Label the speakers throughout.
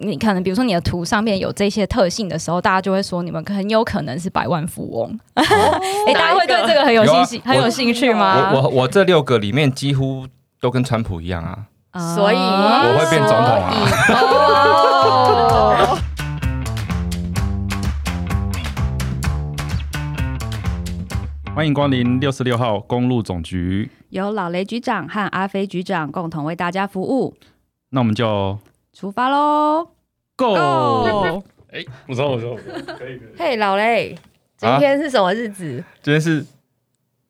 Speaker 1: 你可能比如说你的图上面有这些特性的时候，大家就会说你们很有可能是百万富翁。 哎、
Speaker 2: 哦
Speaker 1: 大家会对这个很有兴趣，
Speaker 3: 有啊
Speaker 1: 很有兴趣吗？
Speaker 3: 我我我这六个里面几乎都跟川普一样啊，
Speaker 1: 啊
Speaker 4: 所以我
Speaker 3: 会变总统啊
Speaker 4: 所以哦，
Speaker 5: 欢迎光临六十六号公路总局，
Speaker 4: 由老雷局长和阿飞局长共同为大家服务，
Speaker 5: 那我们就
Speaker 4: 出发喽
Speaker 5: Go！
Speaker 4: ！Go！
Speaker 6: 哎，我说我说我说，可以可以。
Speaker 7: 嘿，老雷，今
Speaker 3: 啊
Speaker 7: 天是什么日子？
Speaker 3: 今天是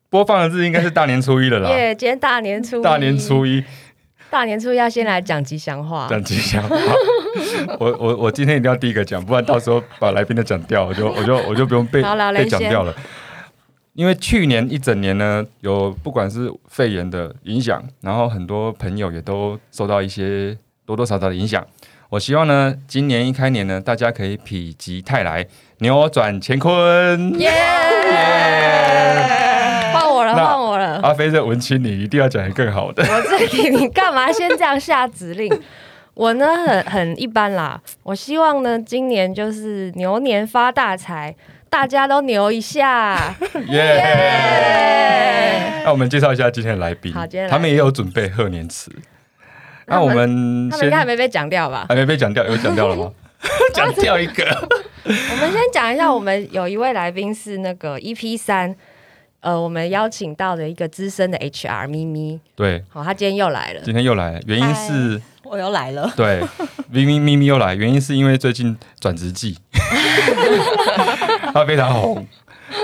Speaker 3: 播放的日应该是大年初一了啦，
Speaker 7: 耶、今天大年初一，
Speaker 3: 啊大年初一
Speaker 7: 大年初一要先来讲吉祥话。
Speaker 3: 讲吉祥话。我我我今天一定要第一个讲，不然到时候把来宾的讲掉，我就我就我就不用被
Speaker 7: 好老雷
Speaker 3: 被讲
Speaker 7: 先
Speaker 3: 掉了。因为去年一整年呢，有不管是肺炎的影响，然后很多朋友也都受到一些多多少少的影响。我希望呢，今年一开年呢，大家可以否极泰来，扭转乾坤。
Speaker 7: 耶！换我了，
Speaker 3: 那
Speaker 7: 换我了！
Speaker 3: 阿飞这文青，你一定要讲得更好的。
Speaker 7: 我这里你干嘛先这样下指令？ 我呢很很一般啦，我希望呢今年就是牛年发大财，大家都牛一下。
Speaker 3: 耶！ 那我们介绍一下今天的来宾
Speaker 7: 好今天，来
Speaker 3: 他们也有准备贺年词。那我们
Speaker 7: 他们应
Speaker 3: 先
Speaker 7: 该还没被讲掉 吧？
Speaker 3: 还没被讲掉，有讲掉了 吗？ 讲掉一个，
Speaker 7: 我们先讲一下，我们有一位来宾是那个 EP 三，呃，我们邀请到的一个资深的 HR 咪咪，
Speaker 3: 对，
Speaker 7: 好、他今天又来了。
Speaker 3: 今天又来了，原因是
Speaker 2: 我又来了，
Speaker 3: 对，咪咪咪咪又来，原因是因为最近转职季， 他非常红。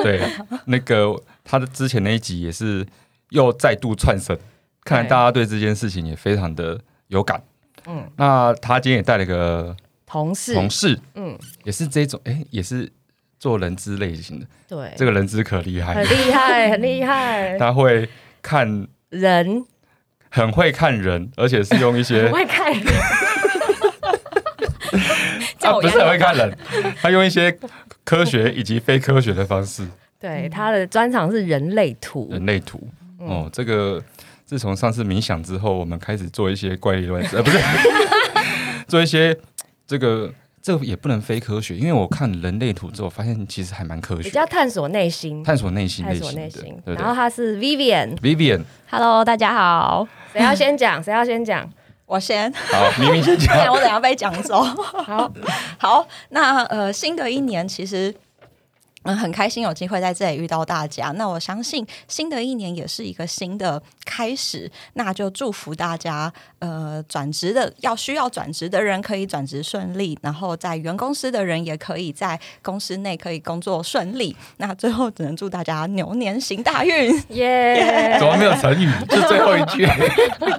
Speaker 3: 对，那个他的之前那一集也是又再度窜升，看来
Speaker 7: 对
Speaker 3: 大家对这件事情也非常的有感。
Speaker 7: 嗯
Speaker 3: 嗯，那他今天也带了个
Speaker 7: 同事，
Speaker 3: 同事，
Speaker 7: 嗯，
Speaker 3: 也是这种，哎、也是做人资类型的。
Speaker 7: 对，
Speaker 3: 这个人资可厉害
Speaker 7: 很
Speaker 3: 了，
Speaker 7: 厉害， 很厉害，
Speaker 3: 他会看，
Speaker 7: 人
Speaker 3: 很会看人，而且是用一些
Speaker 7: 不会看人，
Speaker 3: 啊，
Speaker 2: 我
Speaker 3: 不
Speaker 2: 压
Speaker 3: 是很会看人， 他用一些科学以及非科学的方式，
Speaker 7: 对，他的专长是人类图，
Speaker 3: 嗯人类图。
Speaker 7: 嗯
Speaker 3: 哦，这个自从上次冥想之后，我们开始做一些怪力乱 神，呃，不是， 做一些这个。这也不能非科学，因为我看人类图之后，发现其实还蛮科
Speaker 7: 比
Speaker 3: 学，
Speaker 7: 较探索内心，
Speaker 3: 探索内心类
Speaker 7: 探索
Speaker 3: 型
Speaker 7: 内
Speaker 3: 的。
Speaker 7: 心。
Speaker 3: 对对
Speaker 7: 然后他是 Vivian，
Speaker 3: Vivian，
Speaker 2: ，Hello，大家好，
Speaker 7: 谁要先 讲？谁要先讲？
Speaker 2: 我先，
Speaker 3: 好，明明先
Speaker 2: 不然
Speaker 3: 讲，
Speaker 2: 哎我等下被讲 走。
Speaker 7: 好，
Speaker 2: 好，那呃，新的一年其实。嗯，很开心有机会在这里遇到大家。那我相信新的一年也是一个新的开始，那就祝福大家。呃，转职的要需要转职的人可以转职顺利，然后在原公司的人也可以在公司内可以工作顺利。那最后只能祝大家牛年行 大运。
Speaker 7: 耶
Speaker 3: 怎，么没有成语？就最后一句。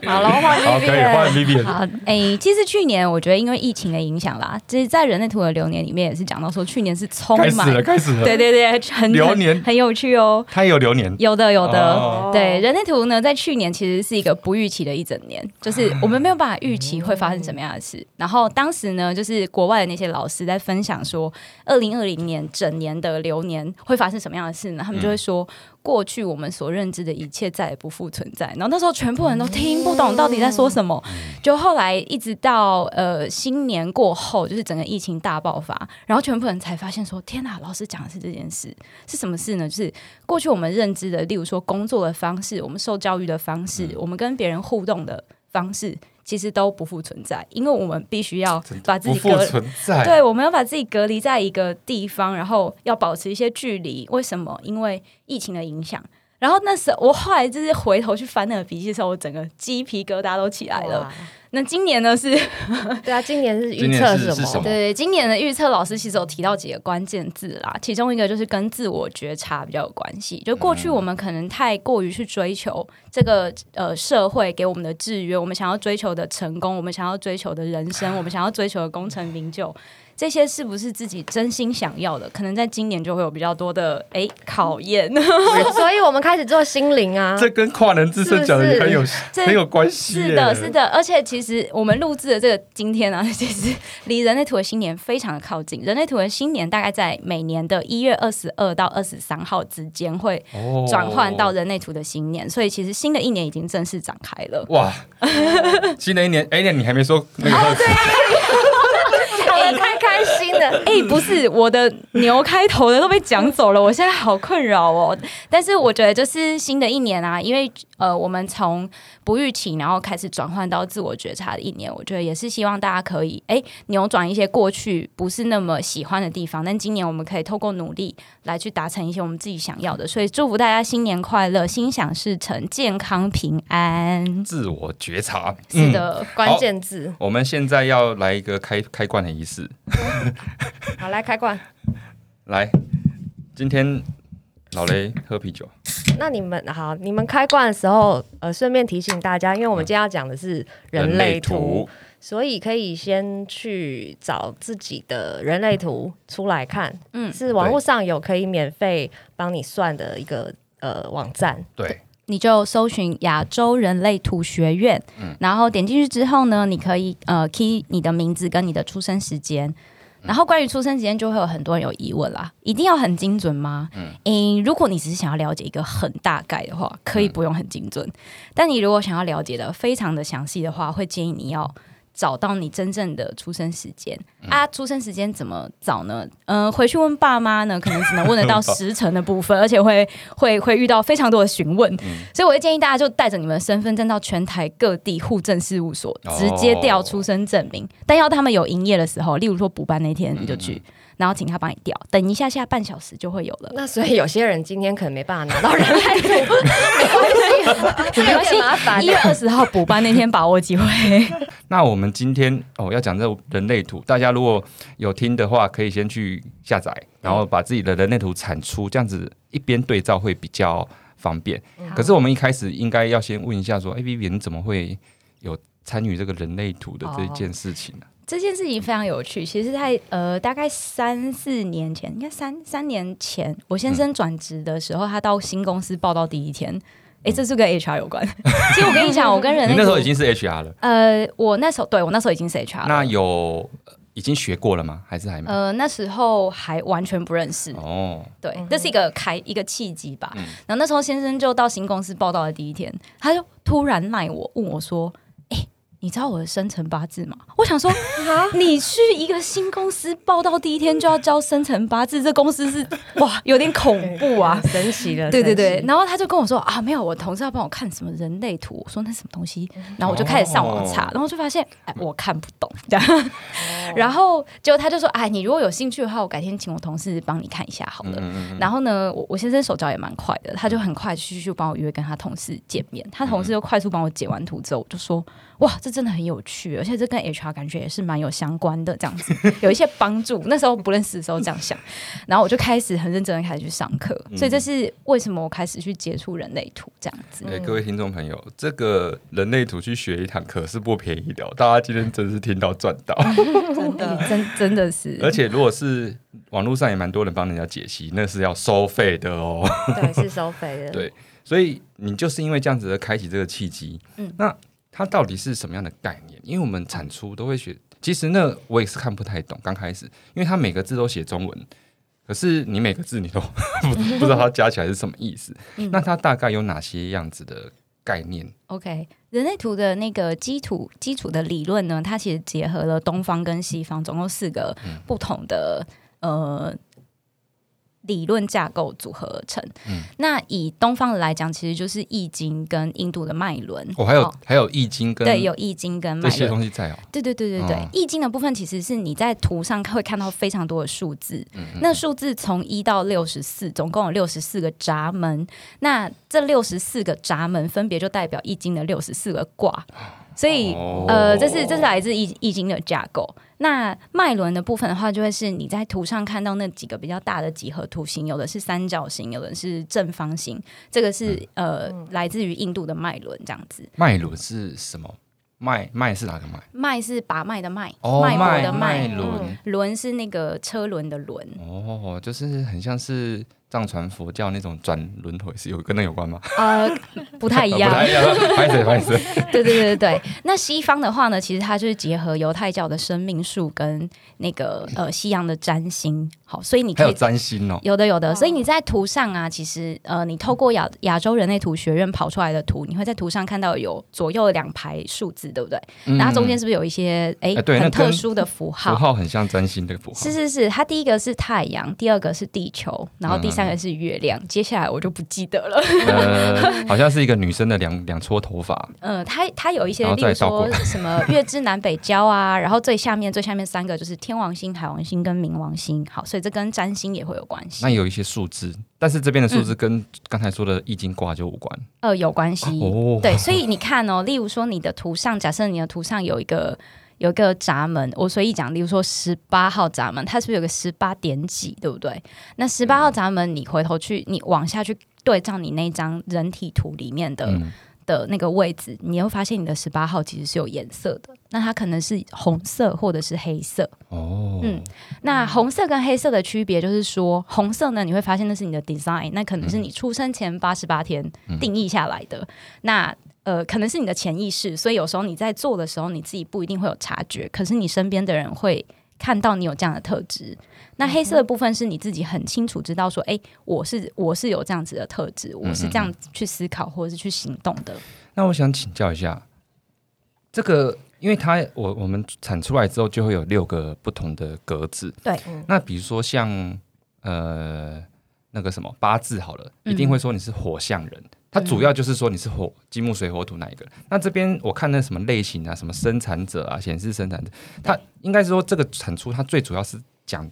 Speaker 7: 好了，换
Speaker 3: 好，可以换
Speaker 7: Vivian，
Speaker 3: Vivian。
Speaker 1: 好，诶、哎其实去年我觉得因为疫情的影响啦，其实，在人类图的流年里面也是讲到说，去年是充
Speaker 3: 开始
Speaker 1: 满
Speaker 3: 了，，开始了。
Speaker 1: 对对对，很
Speaker 3: 流年
Speaker 1: 很很有趣哦。
Speaker 3: 他有流年，
Speaker 1: 有的，有的。
Speaker 3: 哦
Speaker 1: 对，人类图呢，在去年其实是一个不预期的一整年，就是我们没有办法预期会发生什么样的事。然后当时呢，就是国外的那些老师在分享说，二零二零年整年的流年会发生什么样的事呢？他们就会说，过去我们所认知的一切再也不复存在。然后那时候全部人都听不懂到底在说什么，就后来一直到呃新年过后，就是整个疫情大爆发，然后全部人才发现说，天哪，老师讲的是这件事，是什么事呢？就是过去我们认知的，例如说工作的方式，我们受教育的方式，
Speaker 3: 嗯
Speaker 1: 我们跟别人互动的方式，其实都不复存在，因为我们必须要把自
Speaker 3: 不
Speaker 1: 己
Speaker 3: 复
Speaker 1: 隔
Speaker 3: 存在。
Speaker 1: 对，我啊们要把自己隔离在一个地方，然后要保持一些距离。为什么？因为疫情的影响。然后那时候，我后来就是回头去翻那个笔记的时候，我整个鸡皮疙瘩都起来了。那今年呢是
Speaker 7: 对啊，今年是
Speaker 3: 今
Speaker 7: 预
Speaker 3: 年
Speaker 7: 测
Speaker 3: 是
Speaker 7: 什
Speaker 3: 是什
Speaker 7: 么
Speaker 3: 么？
Speaker 1: 对，今年的预测老师其实有提到几个关键字啦，其中一个就是跟自我觉察比较有关系。就过去我们可能太过于去追求这个呃社会给我们的制约，我们想要追求的成功，我们想要追求的人生，我们想要追求的功成名就，这些是不是自己真心想要的？可能在今年就会有比较多的哎考验。
Speaker 7: 所以我们开始做心灵啊，
Speaker 3: 这跟跨能自身讲的也很有
Speaker 1: 这
Speaker 3: 很有关系耶。
Speaker 1: 是的，是的，而且其实我们录制的这个今天啊， 其实离人类图的新年非常的靠近。人类图的新年大概在每年的一月二十二到二十三号之间会
Speaker 3: 哦
Speaker 1: 转换到人类图的新年，所以其实新的一年已经正式展开了。哦
Speaker 3: 哇，新的一年，哎，那你还没说那个贺词，
Speaker 1: 哎、不是我的牛开头的都被讲走了，我现在好困扰哦。但是我觉得就是新的一年啊，因为呃，我们从不预期，然后开始转换到自我觉察的一年，我觉得也是希望大家可以哎、扭转一些过去不是那么喜欢的地方，但今年我们可以透过努力来去达成一些我们自己想要的。所以祝福大家新年快乐，心想事成，健康平安。
Speaker 3: 自我觉察。嗯
Speaker 1: 是的，
Speaker 7: 关键字，
Speaker 3: 我们现在要来一个开开罐的仪式，
Speaker 7: 好来开罐。
Speaker 3: 来，今天老雷喝啤酒，
Speaker 7: 那你们好，你们开罐的时候，呃，顺便提醒大家，因为我们今天要讲的是人类图，
Speaker 3: 图，
Speaker 7: 所以可以先去找自己的人类图出来看，
Speaker 1: 嗯
Speaker 7: 是网络上有可以免费帮你算的一个呃网站。
Speaker 3: 对，
Speaker 1: 你就搜寻亚洲人类图学院，然后点进去之后呢，你可以呃 key 你的名字跟你的出生时间。然后关于出生时间，就会有很多人有疑问啦，一定要很精准吗？嗯，如果你只是想要了解一个很大概的话，可以不用很精准。但你如果想要了解的非常的详细的话，会建议你要找到你真正的出生时间、啊。出生时间怎么找呢？嗯、回去问爸妈呢，可能只能问得到时辰的部分，而且会会会遇到非常多的询问。所以我会建议大家就带着你们的身份证到全台各地户政事务所
Speaker 3: 哦
Speaker 1: 直接调出生证明，但要他们有营业的时候，例如说补班那天你就去，然后请他帮你调，等一下下半小时就会有了。
Speaker 7: 那所以有些人今天可能没办法 拿到人类图，
Speaker 1: 没关系
Speaker 7: 有点麻 烦
Speaker 1: 一月二十号补班那天把握机会。
Speaker 3: 那我们今天哦要讲这人类图，大家如果有听的话，可以先去下载，然后把自己的人类图产出，这样子一边对照会比较方便。可是我们一开始应该要先问一下说，哎，Vivi 你怎么会有参与这个人类图的这件事情啊呢、
Speaker 1: 这件事情非常有趣，其实在呃大概三四年前，应该三三年前，我先生转职的时候，他到新公司报道第一天，诶，这是跟 HR 有关。其实我跟你讲，我跟人类
Speaker 3: 你那时候
Speaker 1: 图
Speaker 3: 已经是 HR 了，
Speaker 1: 呃，我那时候对我那时候已经是 HR 了，
Speaker 3: 那有呃已经学过了吗？还是还没？
Speaker 1: 呃那时候还完全不认识，
Speaker 3: 哦，
Speaker 1: 对，这是一个开一个契机吧。然后那时候先生就到新公司报道的第一天，他就突然赖我问我说：“哎、你知道我的生辰八字吗？”我想说，你去一个新公司报道第一天就要教生辰八字，这公司是哇有点恐怖啊。
Speaker 7: 神奇了，
Speaker 1: 对对对
Speaker 7: 神，奇
Speaker 1: 然后他就跟我说啊，没有，我同事要帮我看什么人类图，我说那什么东西，
Speaker 7: 嗯
Speaker 1: 然后我就开始上网查，然后就发现哎，我看不懂，这
Speaker 7: 哦
Speaker 1: 样然后结果他就说，哎，你如果有兴趣的话，我改天请我同事帮你看一下好了。然后呢，我我先生手脚也蛮快的，他就很快去去帮我约跟他同事见面，他同事就快速帮我解完图之后，我就说哇，这真的很有趣，而且这跟 HR 感觉也是蛮有相关的，这样子有一 些帮助。那时候不认识的时候这样想，然后我就开始很认真的开始去上课，
Speaker 3: 嗯
Speaker 1: 所以这是为什么我开始去接触人类图这样子。
Speaker 3: 哎、各位听众朋友，这个人类图去学一堂课是不便宜的哦，大家今天真是听到赚到。
Speaker 2: 真的。
Speaker 1: 真真的是，
Speaker 3: 而且如果是网络上也蛮多人帮人家解析，那是要收费的哦。
Speaker 7: 对是收费的，
Speaker 3: 对所以你就是因为这样子而开启这个契机。嗯，那它到底是什么样的概念？因为我们产出都会学，其实那我也是看不太懂。刚开始，因为它每个字都写中文，可是你每个字你都 不不知道它加起来是什么意 思。
Speaker 1: 嗯
Speaker 3: 那它大概有哪些样子的概念？
Speaker 1: OK，人类图的那个基础基础的理论呢，它其实结合了东方跟西方，总共四个
Speaker 3: 嗯
Speaker 1: 不同的、呃理论架构组合而成。
Speaker 3: 嗯
Speaker 1: 那以东方的来讲，其实就是易经跟印度的脉轮。
Speaker 3: 哦，还有、
Speaker 1: 哦
Speaker 3: 还有易经跟
Speaker 1: 对，有易经跟
Speaker 3: 这
Speaker 1: 脉
Speaker 3: 些
Speaker 1: 轮。
Speaker 3: 东西在哦。
Speaker 1: 对对对对对，
Speaker 3: 哦
Speaker 1: 易经的部分其实是你在图上会看到非常多的数字，
Speaker 3: 嗯
Speaker 1: 那数字从一到六十四，总共有六十四个闸门。那这六十四个闸门分别就代表易经的六十四个卦，所以、
Speaker 3: 哦
Speaker 1: 呃，这是这是来自易易经的架构。那脉轮的部分的话，就会是你在图上看到那几个比较大的几何图形，有的是三角形，有的是正方形，这个是、
Speaker 3: 嗯
Speaker 1: 呃来自于印度的脉轮这样子。
Speaker 3: 脉轮是什么？脉脉是哪个脉？
Speaker 1: 脉是把脉的脉，
Speaker 3: 哦，
Speaker 1: 脉嗯搏
Speaker 3: 脉
Speaker 1: 的
Speaker 3: 脉
Speaker 1: 脉，
Speaker 3: 轮。
Speaker 1: 轮是那个车轮的轮。
Speaker 3: 哦，就是很像是藏传佛教那种转轮回是有跟那有关吗？
Speaker 1: 呃， 不太一样
Speaker 3: 不。太一样，拍谁拍 谁。
Speaker 1: 对对对对对。那西方的话呢，其实它就是结合犹太教的生命树跟那个呃西洋的占星，好，所以你可
Speaker 3: 还有
Speaker 1: 以。
Speaker 3: 占星哦，
Speaker 1: 有的有的，所以你在图上啊，其实呃，你透过亚亚洲人类图学院跑出来的图，你会在图上看到有左右两排数字，对不对？那它中间
Speaker 3: 是
Speaker 1: 是不是有一些哎、
Speaker 3: 嗯哎对那
Speaker 1: 很特
Speaker 3: 跟
Speaker 1: 殊的符
Speaker 3: 符
Speaker 1: 号？
Speaker 3: 号很像占星的符号
Speaker 1: 是，是是，它第一个是太阳，第二个是地球，然后第三
Speaker 3: 嗯
Speaker 1: 个是月亮，接下来我就不记得了。
Speaker 3: 呃，好像是一个女生的两两撮头发，
Speaker 1: 嗯，它它有一些
Speaker 3: 然，后
Speaker 1: 例如
Speaker 3: 再倒过
Speaker 1: 说 什么月之南北交啊，然后最下面最下面三个就是天王星、海王星跟冥王星。好，所以这跟占星也会有关系
Speaker 3: 那，有一些数字，但是这边的
Speaker 1: 嗯
Speaker 3: 数字跟刚才说的易经卦就无关
Speaker 1: 呃，有关系。
Speaker 3: 哦。
Speaker 1: 对，所以你看哦，例如说你的图上，假设你的图上有一个有一个闸门，我随意讲，例如说十八号闸门，它是不是有个十八点几，对不对？那十八
Speaker 3: 嗯
Speaker 1: 号闸门，你回头去，你往下去对照你那张人体图里面的、
Speaker 3: 嗯，
Speaker 1: 的那个位置，你会发现你的十八号其实是有颜色的，那它可能是红色或者是黑色。
Speaker 3: 哦，
Speaker 1: 嗯那红色跟黑色的区别就是说，红色呢，你会发现那是你的 design，那可能是你出生前八十八天定义下来的。那呃，可能是你的潜意识，所以有时候你在做的时候，你自己不一定会有察觉，可是你身边的人会看到你有这样的特质。那黑色的部分是你自己很清楚知道说，哎、我是我是有这样子的特质，我是这样去思考或者是去行动的。
Speaker 3: 那我想请教一下，这个，因为它我我们产出来之后就会有六个不同的格子，
Speaker 1: 对
Speaker 2: 嗯
Speaker 3: 那比如说像呃那个什么八字好了，
Speaker 1: 嗯
Speaker 3: 一定会说你是火象人，它主要就是说你是火金木水火土哪一个。那这边我看那什么类型啊，什么生产者啊，显示生产者，它应该是说这个产出它最主要是讲。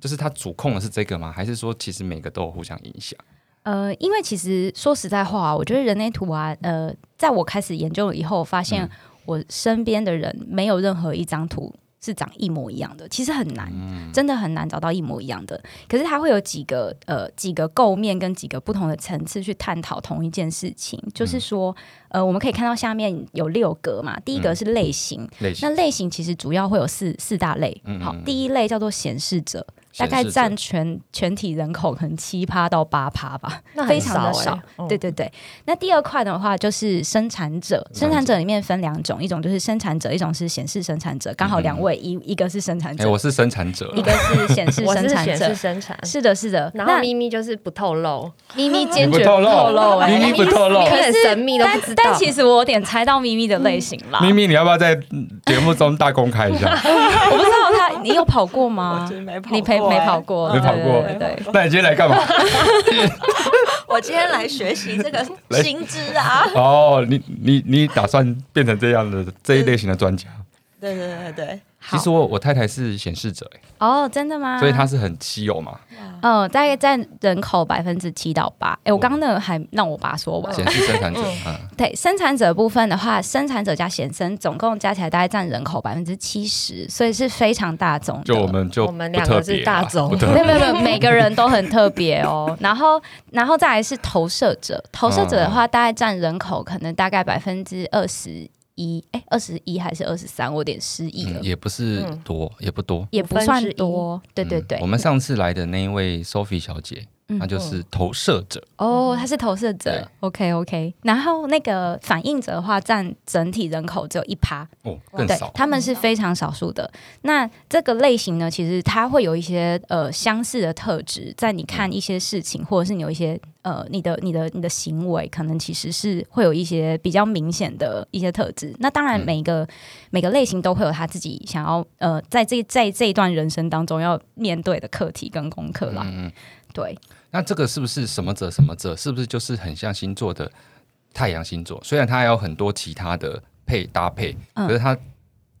Speaker 3: 就是它主控的是这个吗？还是说其实每个都有互相影响？
Speaker 1: 呃，因为其实说实在话、我觉得人类图啊，呃，在我开始研究了以后，我发
Speaker 3: 嗯
Speaker 1: 现我身边的人没有任何一张图是长一模一样的，其实很难，
Speaker 3: 嗯
Speaker 1: 真的很难找到一模一样的。可是它会有几个呃几个构面跟几个不同的层次去探讨同一件事情，
Speaker 3: 嗯
Speaker 1: 就是说，呃，我们可以看到下面有六格嘛，第一
Speaker 3: 嗯
Speaker 1: 格是类型，
Speaker 3: 类型
Speaker 1: 那类型其实主要会有四四大类，
Speaker 3: 嗯
Speaker 1: 好
Speaker 3: 嗯嗯，
Speaker 1: 第一类叫做显示者。大
Speaker 3: 显
Speaker 1: 概
Speaker 3: 示者
Speaker 1: 占全全体人口可能七趴到八趴吧，
Speaker 7: 那
Speaker 1: 非常的少
Speaker 7: 少欸，嗯
Speaker 1: 对对对，那第二块的话就是生产者，生产者里面分两种，一种就是生产者，一种是显示生产者。刚好两位，一一个是生产
Speaker 3: 嗯哎、
Speaker 1: 者，
Speaker 3: 我是生产者，
Speaker 1: 一个是显示
Speaker 7: 我
Speaker 1: 生
Speaker 7: 是
Speaker 1: 产
Speaker 7: 显
Speaker 1: 者
Speaker 7: 示。生产，
Speaker 1: 是的，是的。
Speaker 7: 然后
Speaker 1: 那
Speaker 7: 咪咪就是不透露，
Speaker 1: 咪咪坚决
Speaker 3: 你不透露
Speaker 1: 露，哎
Speaker 3: 咪咪不透露
Speaker 7: 有
Speaker 1: 可
Speaker 7: 点
Speaker 1: 是
Speaker 7: 神秘都不知道。
Speaker 1: 但其实我有点猜到咪咪的类型啦。
Speaker 3: 咪咪，你要不要在嗯节目中大公开一下？
Speaker 1: 我不知道他，你有跑过吗？
Speaker 2: 没跑哎
Speaker 1: 你陪没跑过？
Speaker 7: 欸
Speaker 3: 没跑过
Speaker 1: 对对对。对
Speaker 3: 那你今天来干嘛？
Speaker 2: 我今天来学习这 个
Speaker 3: 来
Speaker 2: 新知啊！
Speaker 3: 哦，你你你打算变成这样的这一类型的专家？
Speaker 2: 对对对对对，
Speaker 3: 其实我我太太是显示者、欸
Speaker 1: 哦，真的吗？
Speaker 3: 所以她是很稀有嘛，
Speaker 1: 嗯，大概占人口百分之七到八。哎，我刚刚那个还让我爸说完。
Speaker 3: 显示生产者啊。
Speaker 1: 对生产者部分的话，生产者加显生总共加起来大概占人口百分之七十，所以是非常大众的。
Speaker 3: 就我们就
Speaker 7: 我们
Speaker 3: 不
Speaker 7: 两
Speaker 3: 特
Speaker 7: 个是
Speaker 3: 别
Speaker 7: 大
Speaker 3: 啊
Speaker 7: 众
Speaker 3: 不特
Speaker 1: 没有
Speaker 3: 别
Speaker 1: 没有没有，每个人都很特别哦。然后，然后再来是投射者，投射者的
Speaker 3: 嗯
Speaker 1: 话大概占人口可能大概百分之二十一，哎，二十一还是二十三，我有点失忆了
Speaker 3: 嗯，也不是多，也不多。
Speaker 1: 也不算多。对对
Speaker 3: 嗯
Speaker 1: 对，
Speaker 3: 我们上次来的那一位 Sophie 小姐，
Speaker 1: 嗯
Speaker 3: 她就是投射者，
Speaker 1: 哦，他是投射者，OK OK。然后那个反应者的话，占整体人口只有一趴，
Speaker 3: 哦，更
Speaker 1: 对，
Speaker 3: 少。
Speaker 1: 他们是非常少数的。那这个类型呢，其实它会有一些呃相似的特质，在你看一些事情，或者是你有一些呃你的你的你的行为，可能其实是会有一些比较明显的一些特质。那当然，
Speaker 3: 嗯
Speaker 1: 每一个、每个类型都会有他自己想要呃在这在这一段人生当中要面对的课题跟功课啦。
Speaker 3: 嗯嗯，
Speaker 1: 对，
Speaker 3: 那这个是不是什么者什么者？是不是就是很像星座的太阳星座？虽然它还有很多其他的配搭配，
Speaker 1: 嗯
Speaker 3: 可是它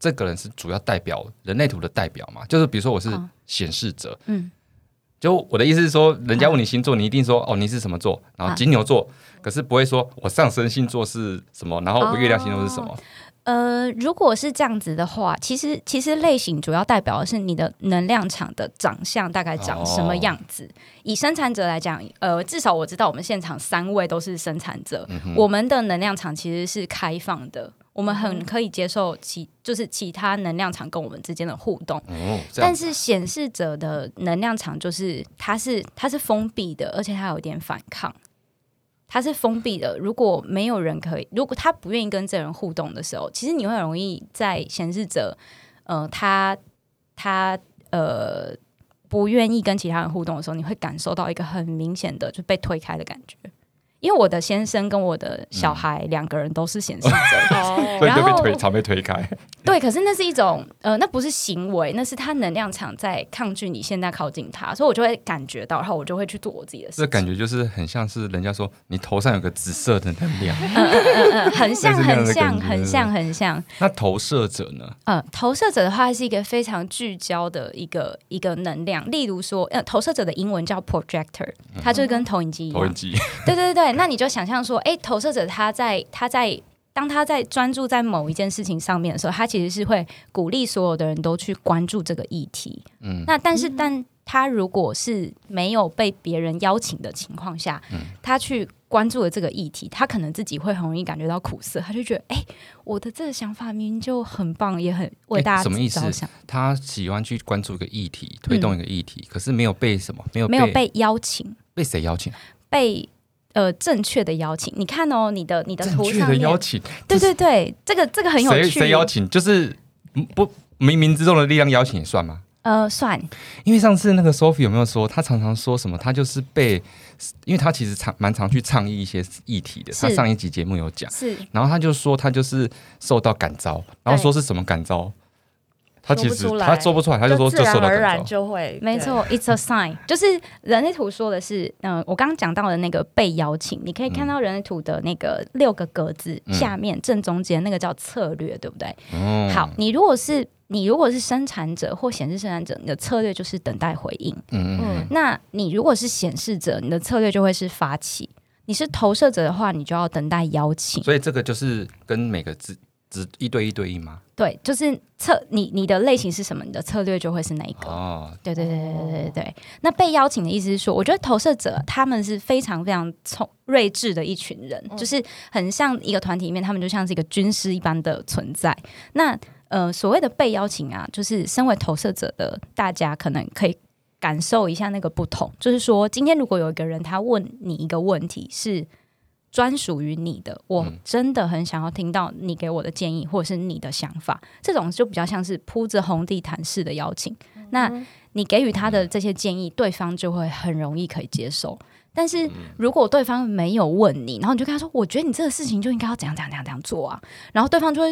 Speaker 3: 这个人是主要代表人类图的代表嘛？就是比如说我是
Speaker 1: 嗯
Speaker 3: 显示者，
Speaker 1: 嗯，
Speaker 3: 就我的意思是说，人家问你星座，你一定说哦你是什么座，然
Speaker 1: 嗯
Speaker 3: 后金牛座，可是不会说我上升星座是什么，然后我月亮星座是什么。
Speaker 1: 呃，如果是这样子的话，其实其实类型主要代表的是你的能量场的长相大概长什么样子。以生产者来讲，呃，至少我知道我们现场三位都是生产者，我们的能量场其实是开放的。我们很可以接受其就是其他能量场跟我们之间的互动。
Speaker 3: 哦，这样
Speaker 1: 但是显示者的能量场就是它是它是封闭的，而且它有点反抗，它是封闭的。如果没有人可以，如果他不愿意跟这人互动的时候，其实你会很容易在显示者，呃，他他呃不愿意跟其他人互动的时候，你会感受到一个很明显的就被推开的感觉。因为我的先生跟我的小孩两个人都是显示 者，
Speaker 3: 所以就被
Speaker 1: 然后
Speaker 3: 推，常被推开。
Speaker 1: 对，可是那是一种呃，那不是行为，那是他能量场在抗拒你现在靠近他，所以我就会感觉到，然后我就会去做我自己的事
Speaker 3: 这
Speaker 1: 情。
Speaker 3: 感觉就是很像是人家说你头上有个紫色的能 量，
Speaker 1: 嗯很像，
Speaker 3: 类似那样
Speaker 1: 很
Speaker 3: 的感
Speaker 1: 像，
Speaker 3: 觉
Speaker 1: 很像，很像。
Speaker 3: 那投射者呢？
Speaker 1: 呃，投射者的话是一个非常聚焦的一个一个能量，例如说，呃，投射者的英文叫 projector，它就跟投影机一
Speaker 3: 嗯投
Speaker 1: 样
Speaker 3: 影。机，
Speaker 1: 对对对，那你就想象说，哎，投射者他在他在当他在专注在某一件事情上面的时候，他其实是会鼓励所有的人都去关注这个议题。
Speaker 3: 嗯，
Speaker 1: 那但是，但他如果是没有被别人邀请的情况下，
Speaker 3: 嗯
Speaker 1: 他去关注了这个议题，他可能自己会很容易感觉到苦涩，他就觉得，哎、我的这个想法明明就很棒，也很为
Speaker 3: 诶
Speaker 1: 大家
Speaker 3: 什么意思
Speaker 1: 着想，
Speaker 3: 他喜欢去关注一个议题，推动一个议题，可是没有被什么，没有
Speaker 1: 没有被邀请，
Speaker 3: 被谁邀请啊？
Speaker 1: 被呃正确的邀请。你看哦，你的你的
Speaker 3: 正
Speaker 1: 图
Speaker 3: 确
Speaker 1: 上
Speaker 3: 的
Speaker 1: 面，
Speaker 3: 邀请，
Speaker 1: 对对对，这个这个很有
Speaker 3: 谁
Speaker 1: 趣。
Speaker 3: 谁邀请？就是嗯不冥冥之中的力量邀请也算吗？
Speaker 1: 呃，算
Speaker 3: 因为上次那个 Sophie 有没有说，她常常说什么？她就是被，因为她其实常蛮常去倡议一些议题的。
Speaker 1: 是
Speaker 3: 她上一集节目有讲，
Speaker 1: 是
Speaker 3: 然后她就说她就是受到感召，然后说是什么感召？她其实
Speaker 7: 说不出来
Speaker 3: 她说不出来，她就说
Speaker 7: 自
Speaker 3: 就
Speaker 7: 然
Speaker 3: 受到
Speaker 7: 而然
Speaker 3: 感召。
Speaker 7: 就会，
Speaker 1: 没
Speaker 7: 对。
Speaker 1: 错，It's a sign，就是人类图说的是，嗯、我刚刚讲到的那个被邀请，你可以看到人类图的那个六个格子、
Speaker 3: 嗯
Speaker 1: 下面正中间那个叫策略，对不对？
Speaker 3: 嗯
Speaker 1: 好，，你如果是你如果是生产者或显示生产者，你的策略就是等待回应；
Speaker 3: 嗯嗯
Speaker 1: 那你如果是显示者，你的策略就会是发起；你是投射者的话，你就要等待邀请
Speaker 3: 嗯，。所以这个就是跟每个只只一对一对一吗？
Speaker 1: 对，就是策你你的类型是什么，你的策略就会是哪一个。
Speaker 3: 哦，
Speaker 1: 对对对对对对对。那被邀请的意思是说，我觉得投射者他们是非常非常聪睿智的一群人，就是很像一个团体里面，他们就像是一个军师一般的存在。那呃，所谓的被邀请啊，就是身为投射者的大家，可能可以感受一下那个不同。就是说，今天如果有一个人他问你一个问题，是专属于你的，我
Speaker 3: 嗯
Speaker 1: 真的很想要听到你给我的建议，或者是你的想法。这种就比较像是铺着红地毯式的邀请。那你给予他的这些建议，对方就会很容易可以接受。但是
Speaker 3: 嗯
Speaker 1: 如果对方没有问你，然后你就跟他说：“我觉得你这个事情就应该要怎样怎样怎样怎样做啊。”然后对方就会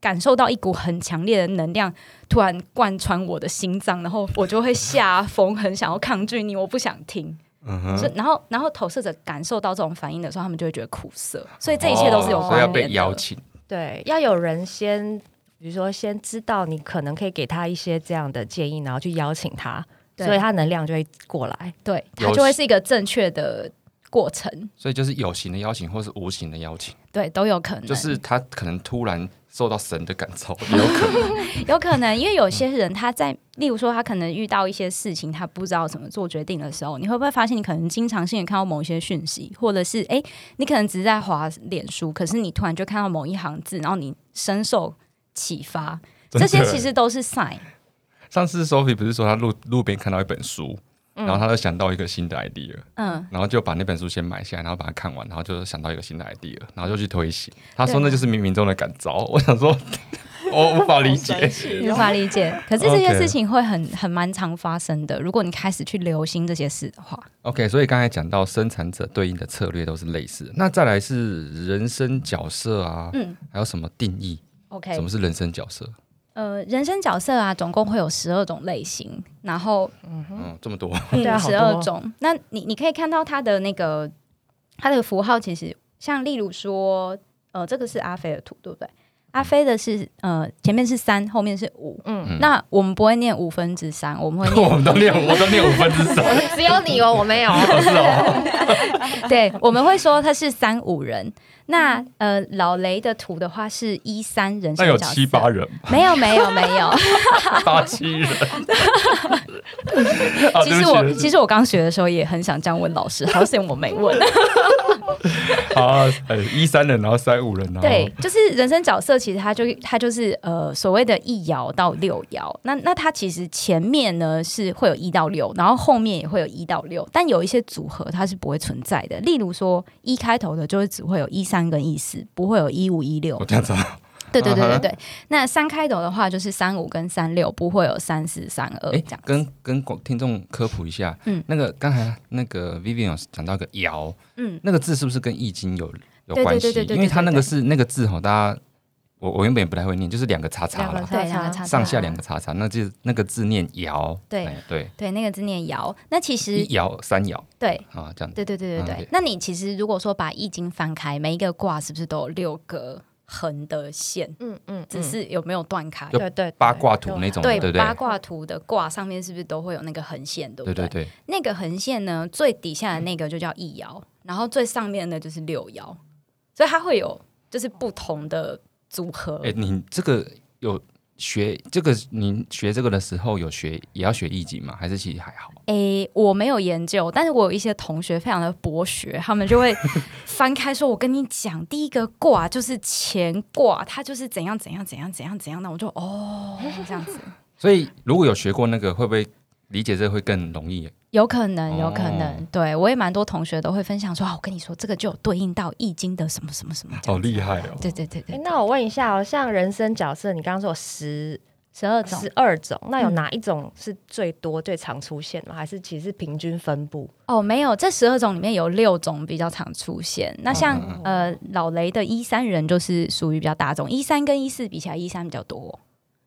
Speaker 1: 感受到一股很强烈的能量突然贯穿我的心脏，然后我就会下风，很想要抗拒你，我不想听。
Speaker 3: 嗯
Speaker 1: 所以然后，然后投射者感受到这种反应的时候，他们就会觉得苦涩，所以这一切都是有
Speaker 3: 哦
Speaker 1: 关联
Speaker 3: 所以要
Speaker 1: 的。
Speaker 3: 被邀请。
Speaker 7: 对，要有人先，比如说先知道你可能可以给他一些这样的建议，然后去邀请他，
Speaker 1: 对
Speaker 7: 所以他能量就会过来。
Speaker 1: 对，
Speaker 3: 有
Speaker 1: 它就会是一个正确的过程，
Speaker 3: 所以就是有形的邀请，或是无形的邀请，
Speaker 1: 对，都有可能，
Speaker 3: 就是他可能突然受到神的感召， 也有可能。
Speaker 1: 有可能，因为有些人他在，例如说他可能遇到一些事情，他不知道怎么做决定的时候，你会不会发现你可能经常性的看到某一些讯息，或者是诶，你可能只是在滑脸书，可是你突然就看到某一行字，然后你深受启发，
Speaker 3: 真
Speaker 1: 这些
Speaker 3: 的
Speaker 1: 其实都是 sign。
Speaker 3: 上次 Sophie 不是说她路路边看到一本书，然后她就想到一个新的 idea，
Speaker 1: 嗯，
Speaker 3: 然后就把那本书先买下来，然后把它看完，然后就想到一个新的 idea，然后就去推行。她说
Speaker 1: 对
Speaker 3: 那就是冥冥中的感 召。我想说，我无法理解。
Speaker 1: 无法理解。可是这些
Speaker 3: OK
Speaker 1: 事情会很很蛮常发生的，如果你开始去留心这些事的话。
Speaker 3: OK，所以刚才讲到生产者对应的策略都是类似的，那再来是人生角色啊，
Speaker 1: 嗯
Speaker 3: 还有什么定义？
Speaker 1: OK，
Speaker 3: 什么是人生角色？
Speaker 1: 呃，人生角色啊，总共会有十二种类型，然后
Speaker 3: 嗯，这么多。
Speaker 7: 对啊好
Speaker 1: 十
Speaker 7: 多
Speaker 1: 二
Speaker 7: 哦
Speaker 1: 种。那你你可以看到它的那个它的符号，其实像例如说，呃，这个是阿飞的图，对不对？阿飞的是呃，前面是三，后面是五。
Speaker 7: 嗯
Speaker 1: 嗯，那我们不会念五分之三，我们会
Speaker 3: 我
Speaker 1: 念，
Speaker 3: 们 都练，我都练五分之三，
Speaker 7: 只有你哦，我没有。
Speaker 3: 是哦。
Speaker 1: 对，我们会说它是三五人。那呃，老雷的图的话是一三人，
Speaker 3: 嗯那有七八，人， 啊
Speaker 1: 没有没有没 有。
Speaker 3: 八七人。啊
Speaker 1: 其实我其
Speaker 3: 实
Speaker 1: 实我刚学的时候也很想这样问老师，好险我没问。
Speaker 3: 啊，哎，一三人，然后三五人，然后
Speaker 1: 对，就是人生角色，其实它就它就是呃所谓的一爻到六爻。那那它其实前面呢是会有一到六，然后后面也会有一到六，但有一些组合它是不会存在的。例如说一开头的，就是只会有一三跟一四，不会有一五一六
Speaker 3: 我。这样子 啊。
Speaker 1: 对对对
Speaker 3: 啊
Speaker 1: 对
Speaker 3: 哈
Speaker 1: 对。那三开头的话，就是三五跟三六，不会有三四三二这
Speaker 3: 哎
Speaker 1: 样，子。
Speaker 3: 跟跟广听众科普一下，
Speaker 1: 嗯
Speaker 3: 那个刚才那个 Vivian 有讲到一个爻，
Speaker 1: 嗯，
Speaker 3: 那个字是不是跟易经有
Speaker 1: 对
Speaker 3: 有
Speaker 1: 对
Speaker 3: 关
Speaker 1: 对
Speaker 3: 系
Speaker 1: 对对？对
Speaker 3: 因为它那
Speaker 1: 对
Speaker 3: 个是那个字哈，大家我我原本也不太会念，就是两个叉叉
Speaker 7: 两个
Speaker 3: 啦，
Speaker 1: 对，两个叉叉
Speaker 3: 上下两个叉叉，那就是那个字念爻，
Speaker 1: 对
Speaker 3: 哎对，
Speaker 1: 对那个字念爻。那其实
Speaker 3: 一爻三爻
Speaker 1: 对
Speaker 3: 啊这样子，
Speaker 1: 对对对对对。
Speaker 3: 嗯
Speaker 1: 那你其实如果说把易经翻开，每一个卦是不是都有六个横的线？
Speaker 7: 嗯嗯，
Speaker 1: 只是有没有断开？
Speaker 3: 就
Speaker 7: 对对，
Speaker 3: 八卦图那种，对不对？
Speaker 1: 八卦图的卦上面是不是都会有那个横线，对不
Speaker 3: 对对对，
Speaker 1: 那个横线呢，最底下的那个就叫一爻，然后最上面的就是六爻，所以它会有就是不同的组合。
Speaker 3: 哎，你这个有学这个，你学这个的时候有学也要学易经吗？还是其实还好？
Speaker 1: 诶、我没有研究，但是我有一些同学非常的博学，他们就 会翻开说：“我跟你讲，第一个卦就是乾卦，它就是怎样怎样怎样怎样怎样。”那我就哦，这样 子，
Speaker 3: 所以如果有学过那个，会不会理解这个会更容易？
Speaker 1: 有可能，有可能，
Speaker 3: 哦
Speaker 1: 对我也蛮多同学都会分享说：“啊，我跟你说，这个就有对应到易经的什么什么什么。”
Speaker 3: 好厉害哦！
Speaker 1: 对对对对
Speaker 7: 哎，，那我问一下哦，像人生角色，你刚刚说有十
Speaker 1: 十二种
Speaker 7: 十二种，那有
Speaker 1: 嗯
Speaker 7: 哪一种是最多、最常出现的吗？还是其实是平均分布？
Speaker 1: 哦，没有，这十二种里面有六种比较常出现。那像、
Speaker 3: 哦
Speaker 1: 呃老雷的一三人就是属于比较大众，一三跟一四比起来，一三比较多。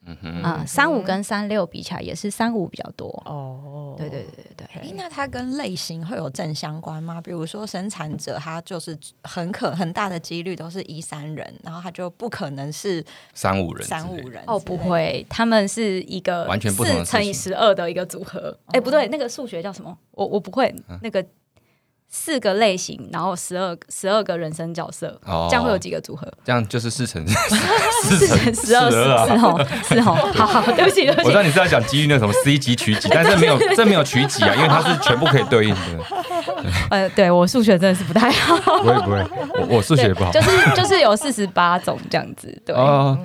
Speaker 3: 嗯哼，
Speaker 1: 啊，三五跟三六比起来也是三五比较多。
Speaker 7: 哦，
Speaker 1: 对对对对对，
Speaker 2: 诶那它跟类型会有正相关吗？比如说生产者，他就是很可很大的几率都是一三人，然后他就不可能是
Speaker 3: 三五人之类的，
Speaker 2: 三五人
Speaker 1: 哦
Speaker 2: 之类
Speaker 1: 不
Speaker 2: 的，
Speaker 1: 会，他们是一个
Speaker 3: 完全不同的
Speaker 1: 四乘以
Speaker 3: 事
Speaker 1: 十二的一个组合。哎，不对，那个数学叫什么？我我不会
Speaker 3: 嗯
Speaker 1: 那个。四个类型，然后十二十二个人生角色，
Speaker 3: 哦
Speaker 1: 这样会有几个组合？
Speaker 3: 这样就是四乘四乘
Speaker 1: 十二、十
Speaker 3: 啊
Speaker 1: 四红、四红。好好，对不起，对
Speaker 3: 我
Speaker 1: 不
Speaker 3: 知
Speaker 1: 起
Speaker 3: 道。你是要讲几率那什么 C 级取 几，但是没有这没有取几啊，因为它是全部可以对应的。
Speaker 1: 呃，对我数学真的是不太好，
Speaker 3: 不会不会，我我数学也不好
Speaker 1: 对就是就是有四十八种这样子。对，嗯
Speaker 3: 哦。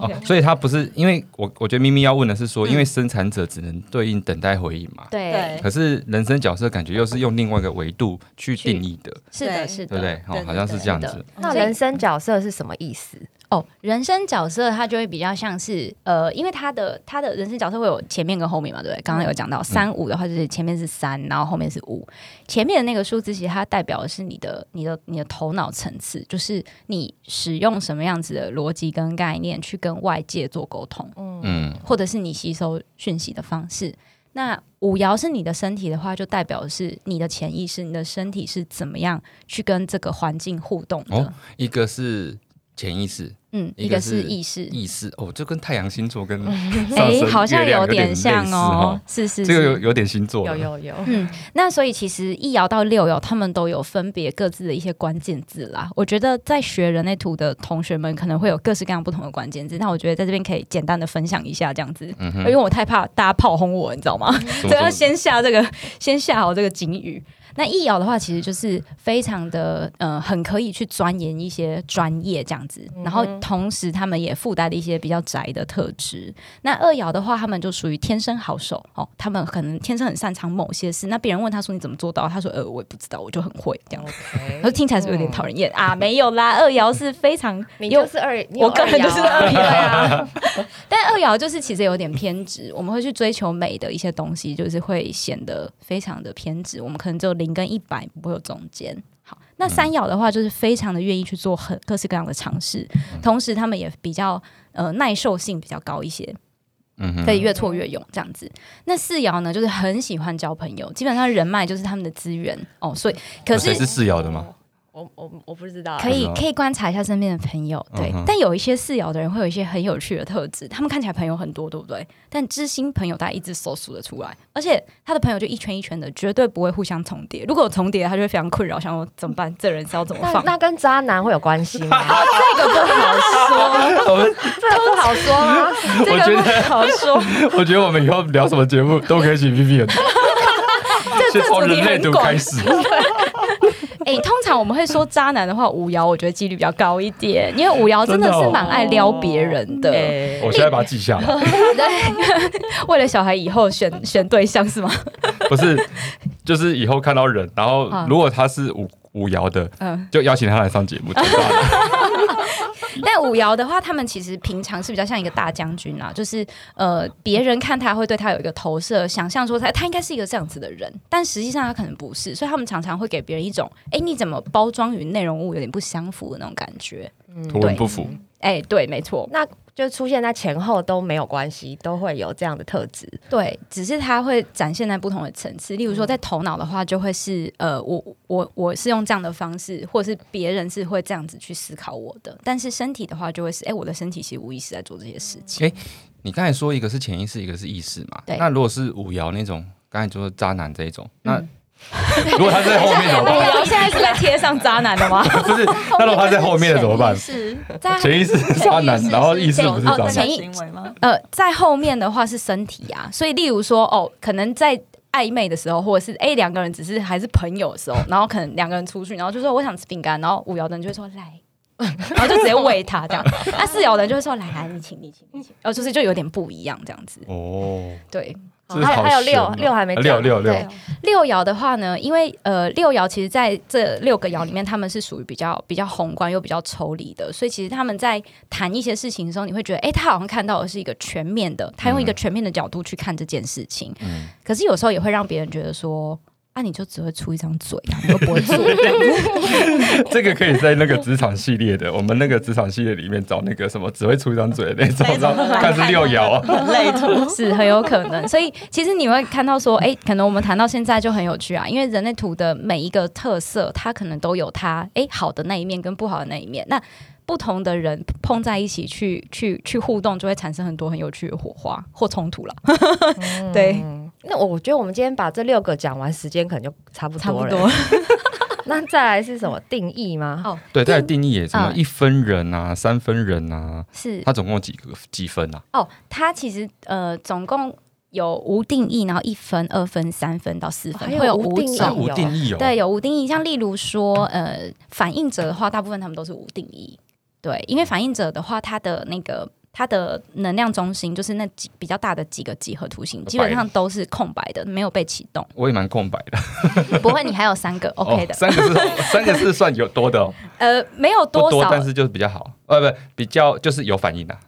Speaker 3: 哦，所以它不是因为我我觉得咪咪要问的是说，因为生产者只能对应等待回应嘛，
Speaker 1: 对，
Speaker 2: 对
Speaker 3: 可是人生角色感觉又是用另外一个维度去定义的，
Speaker 1: 是的，
Speaker 2: 对
Speaker 1: 是
Speaker 3: 对
Speaker 1: 的，
Speaker 3: 不对？
Speaker 2: 对
Speaker 3: 哦，
Speaker 2: 对
Speaker 3: 好像是这样子。
Speaker 7: 那人生角色是什么意思？
Speaker 1: 哦，人生角色它就会比较像是呃，因为他的他的人生角色会有前面跟后面嘛，对不对？刚刚有
Speaker 3: 嗯
Speaker 1: 讲到三五的话，就是前面是三，然后后面是五。前面的那个数字其实它代表的是你的你的你的头脑层次，就是你使用什么样子的逻辑跟概念去跟外界做沟通，
Speaker 3: 嗯，
Speaker 1: 或者是你吸收讯息的方式。那五爻是你的身体的话，就代表的是你的潜意识，你的身体是怎么样去跟这个环境互动的。
Speaker 3: 哦一个是潜意识，
Speaker 1: 嗯，
Speaker 3: 一
Speaker 1: 一
Speaker 3: 个
Speaker 1: 个是
Speaker 3: 是
Speaker 1: 意识，
Speaker 3: 意识哦，就跟太阳星 座跟上
Speaker 1: 哎，
Speaker 3: 升
Speaker 1: 好像
Speaker 3: 月亮有
Speaker 1: 点像
Speaker 3: 类似
Speaker 1: 哦
Speaker 3: 哦，，
Speaker 1: 是是
Speaker 3: 这个有
Speaker 1: 是。
Speaker 3: 有点星座
Speaker 7: 有
Speaker 3: 了，
Speaker 7: 有有，
Speaker 1: 嗯，那所以其实一爻到六爻，他们都有分别各自的一些关键字啦。我觉得在学人类图的同学们可能会有各式各样不同的关键字，那我觉得在这边可以简单的分享一下这样子，
Speaker 3: 嗯
Speaker 1: 因
Speaker 3: 哼
Speaker 1: 为，我太怕大家炮轰我，你知道吗？
Speaker 3: 所
Speaker 1: 所以要先下这个， 先下好这个警语。那易爻的话，其实就是非常的呃，很可以去钻研一些专业这样子，
Speaker 7: 嗯
Speaker 1: 然后同时他们也附带了一些比较宅的特质。那二爻的话，他们就属于天生好手哦，他们可能天生很擅长某些事。那别人问他说你怎么做到，他说呃我也不知道，我就很会这样子。 然后听起来是不是有点讨人厌、啊，没有啦，二爻是非常
Speaker 7: 嗯你
Speaker 1: 有
Speaker 7: 就是二，你有
Speaker 1: 我个人就是
Speaker 7: 二
Speaker 1: 二
Speaker 7: 爻啊
Speaker 1: 爻啊， 但二爻就是其实有点偏执，我们会去追求美的一些东西，就是会显得非常的偏执。我们可能只有零跟一百，不会有中间。好，那三爻的话，就是非常的愿意去做很各式各样的尝试，同时他们也比较呃耐受性比较高一些，
Speaker 3: 嗯哼
Speaker 1: 可以越挫越勇这样子。那四爻呢，就是很喜欢交朋友，基本上人脉就是他们的资源哦，所以可
Speaker 3: 有谁
Speaker 1: 是
Speaker 3: 是四爻的吗？
Speaker 7: 我我我不知道，
Speaker 1: 可以
Speaker 3: 不知道
Speaker 1: 可以观察一下身边的朋友，对。
Speaker 3: 嗯哼
Speaker 1: 但有一些四爻的人会有一些很有趣的特质，他们看起来朋友很多，对不对？但知心朋友大家一只手数得出来，而且他的朋友就一圈一圈的，绝对不会互相重叠。如果有重叠，他就会非常困扰，想我怎么办？这人是要怎么
Speaker 7: 那
Speaker 1: 放？
Speaker 7: 那跟渣男会有关系 吗？
Speaker 1: 这个不好说，
Speaker 3: 我们
Speaker 7: 这不好说啊吗？
Speaker 1: 这
Speaker 3: 我觉
Speaker 1: 个
Speaker 3: 得
Speaker 1: 不好说。
Speaker 3: 我觉得我们以后聊什么节目都可以请 P P 的，
Speaker 1: 这
Speaker 3: 先
Speaker 1: 这
Speaker 3: 从
Speaker 1: 主题
Speaker 3: 人类
Speaker 1: 很
Speaker 3: 图
Speaker 1: 广。
Speaker 3: 开始。
Speaker 1: 哎、通常我们会说渣男的话，五爻我觉得几率比较高一点，因为五爻真的
Speaker 3: 真的
Speaker 1: 是
Speaker 3: 哦
Speaker 1: 蛮爱撩别人的。
Speaker 7: 对，
Speaker 3: 我现在把它记下来，
Speaker 1: 为了小孩以后选选对象是吗？
Speaker 3: 不是，就是以后看到人，然后
Speaker 1: 嗯
Speaker 3: 如果他是五五爻的，
Speaker 1: 嗯。
Speaker 3: 就邀请他来上节 目。就知道了
Speaker 1: 但五爻的话，他们其实平常是比较像一个大将军啦，就是呃，别人看他会对他有一个投射，想象说他他应该是一个这样子的人，但实际上他可能不是，所以他们常常会给别人一种，哎，你怎么包装与内容物有点不相符的那种感觉。
Speaker 3: 图文不符，
Speaker 1: 哎，对，没错，
Speaker 7: 那就出现在前后都没有关系，都会有这样的特质。
Speaker 1: 对，只是他会展现在不同的层次。例如说，在头脑的话，就会是呃，我我我是用这样的方式，或者是别人是会这样子去思考我的，但是身体的话，就会是，哎，我的身体其实无意识在做这些事情。
Speaker 3: 你刚才说一个是潜意识，一个是意识嘛？
Speaker 1: 对
Speaker 3: 那如果是五爻那种，刚才说渣男这一种，那
Speaker 1: 嗯
Speaker 3: 如果他在后面怎 么
Speaker 1: 五
Speaker 3: 办？
Speaker 1: 爻现在是在贴上渣男的吗？
Speaker 3: 不是，那如果他在后面的怎么办？
Speaker 2: 是
Speaker 1: 在
Speaker 3: 潜意 识是渣啊男，然后意识不是渣
Speaker 1: 哦
Speaker 3: 男
Speaker 1: 潜。意
Speaker 2: 行为吗？
Speaker 1: 呃，在后面的话是身体啊，所以例如说哦，可能在暧昧的时候，或者是哎两个人只是还是朋友的时候，然后可能两个人出去，然后就说我想吃饼干，然后五爻的人就会说来。 然后就直接喂他这样，那四爻的人就会说来来，你请你请你请，哦，就是就有点不一样这样子。
Speaker 3: 哦，
Speaker 1: 对，
Speaker 3: 这是
Speaker 7: 还有
Speaker 3: 好
Speaker 7: 还有
Speaker 3: 玄
Speaker 7: 六
Speaker 3: 哦
Speaker 7: 六还没
Speaker 3: 啊六
Speaker 7: 讲
Speaker 3: 六六
Speaker 7: 对
Speaker 1: 六爻的话呢，因为呃六爻其实在这六个爻里面，他们是属于比较比较宏观又比较抽离的，所以其实他们在谈一些事情的时候，你会觉得，哎、他好像看到的是一个全面的，他用一个全面的角度去看这件事情。
Speaker 3: 嗯
Speaker 1: 可是有时候也会让别人觉得说，啊，你就只会出一张嘴，然后你又不会做。
Speaker 3: 这个可以在那个职场系列的，我们那个职场系列里面找那个什么只会出一张嘴的那种，
Speaker 2: 那
Speaker 3: 然
Speaker 2: 种
Speaker 3: 后看是六爻啊。
Speaker 2: 人类图，
Speaker 1: 是很有可能。所以其实你会看到说，诶，可能我们谈到现在就很有趣啊，因为人类图的每一个特色，它可能都有它诶好的那一面跟不好的那一面。那不同的人碰在一起去去去互动，就会产生很多很有趣的火花或冲突了。
Speaker 7: 嗯
Speaker 1: 对，
Speaker 7: 那我我觉得我们今天把这六个讲完，时间可能就差不
Speaker 1: 差
Speaker 7: 多
Speaker 1: 不
Speaker 7: 了。
Speaker 1: 多。
Speaker 7: 那再来是什么定义 吗？
Speaker 1: 哦
Speaker 3: 对，它的定义也什么
Speaker 1: 嗯
Speaker 3: 一分人啊，三分人啊，
Speaker 1: 是
Speaker 3: 它总共有几个几分啊？
Speaker 1: 哦，它其实呃总共有无定义，然后一分、二分、三分到四
Speaker 7: 哦
Speaker 1: 分，
Speaker 7: 还有
Speaker 1: 会有
Speaker 7: 无
Speaker 1: 五
Speaker 7: 定义
Speaker 1: 种。
Speaker 3: 是无定义哦。
Speaker 1: 对，，有无定义，像例如说，呃，反应者的话，大部分他们都是无定义。对，因为反应者的话，他的那个他的能量中心就是那几比较大的几个几何图形，基本上都是空白的，没有被启动。
Speaker 3: 我也蛮空白的。
Speaker 1: 不会，你还有三个 OK 的
Speaker 3: 哦，，三个是三个是算有多的哦，
Speaker 1: 呃，没有
Speaker 3: 不
Speaker 1: 多
Speaker 3: 多，
Speaker 1: 少
Speaker 3: 但是就是比较好，呃，不比较就是有反应啊的。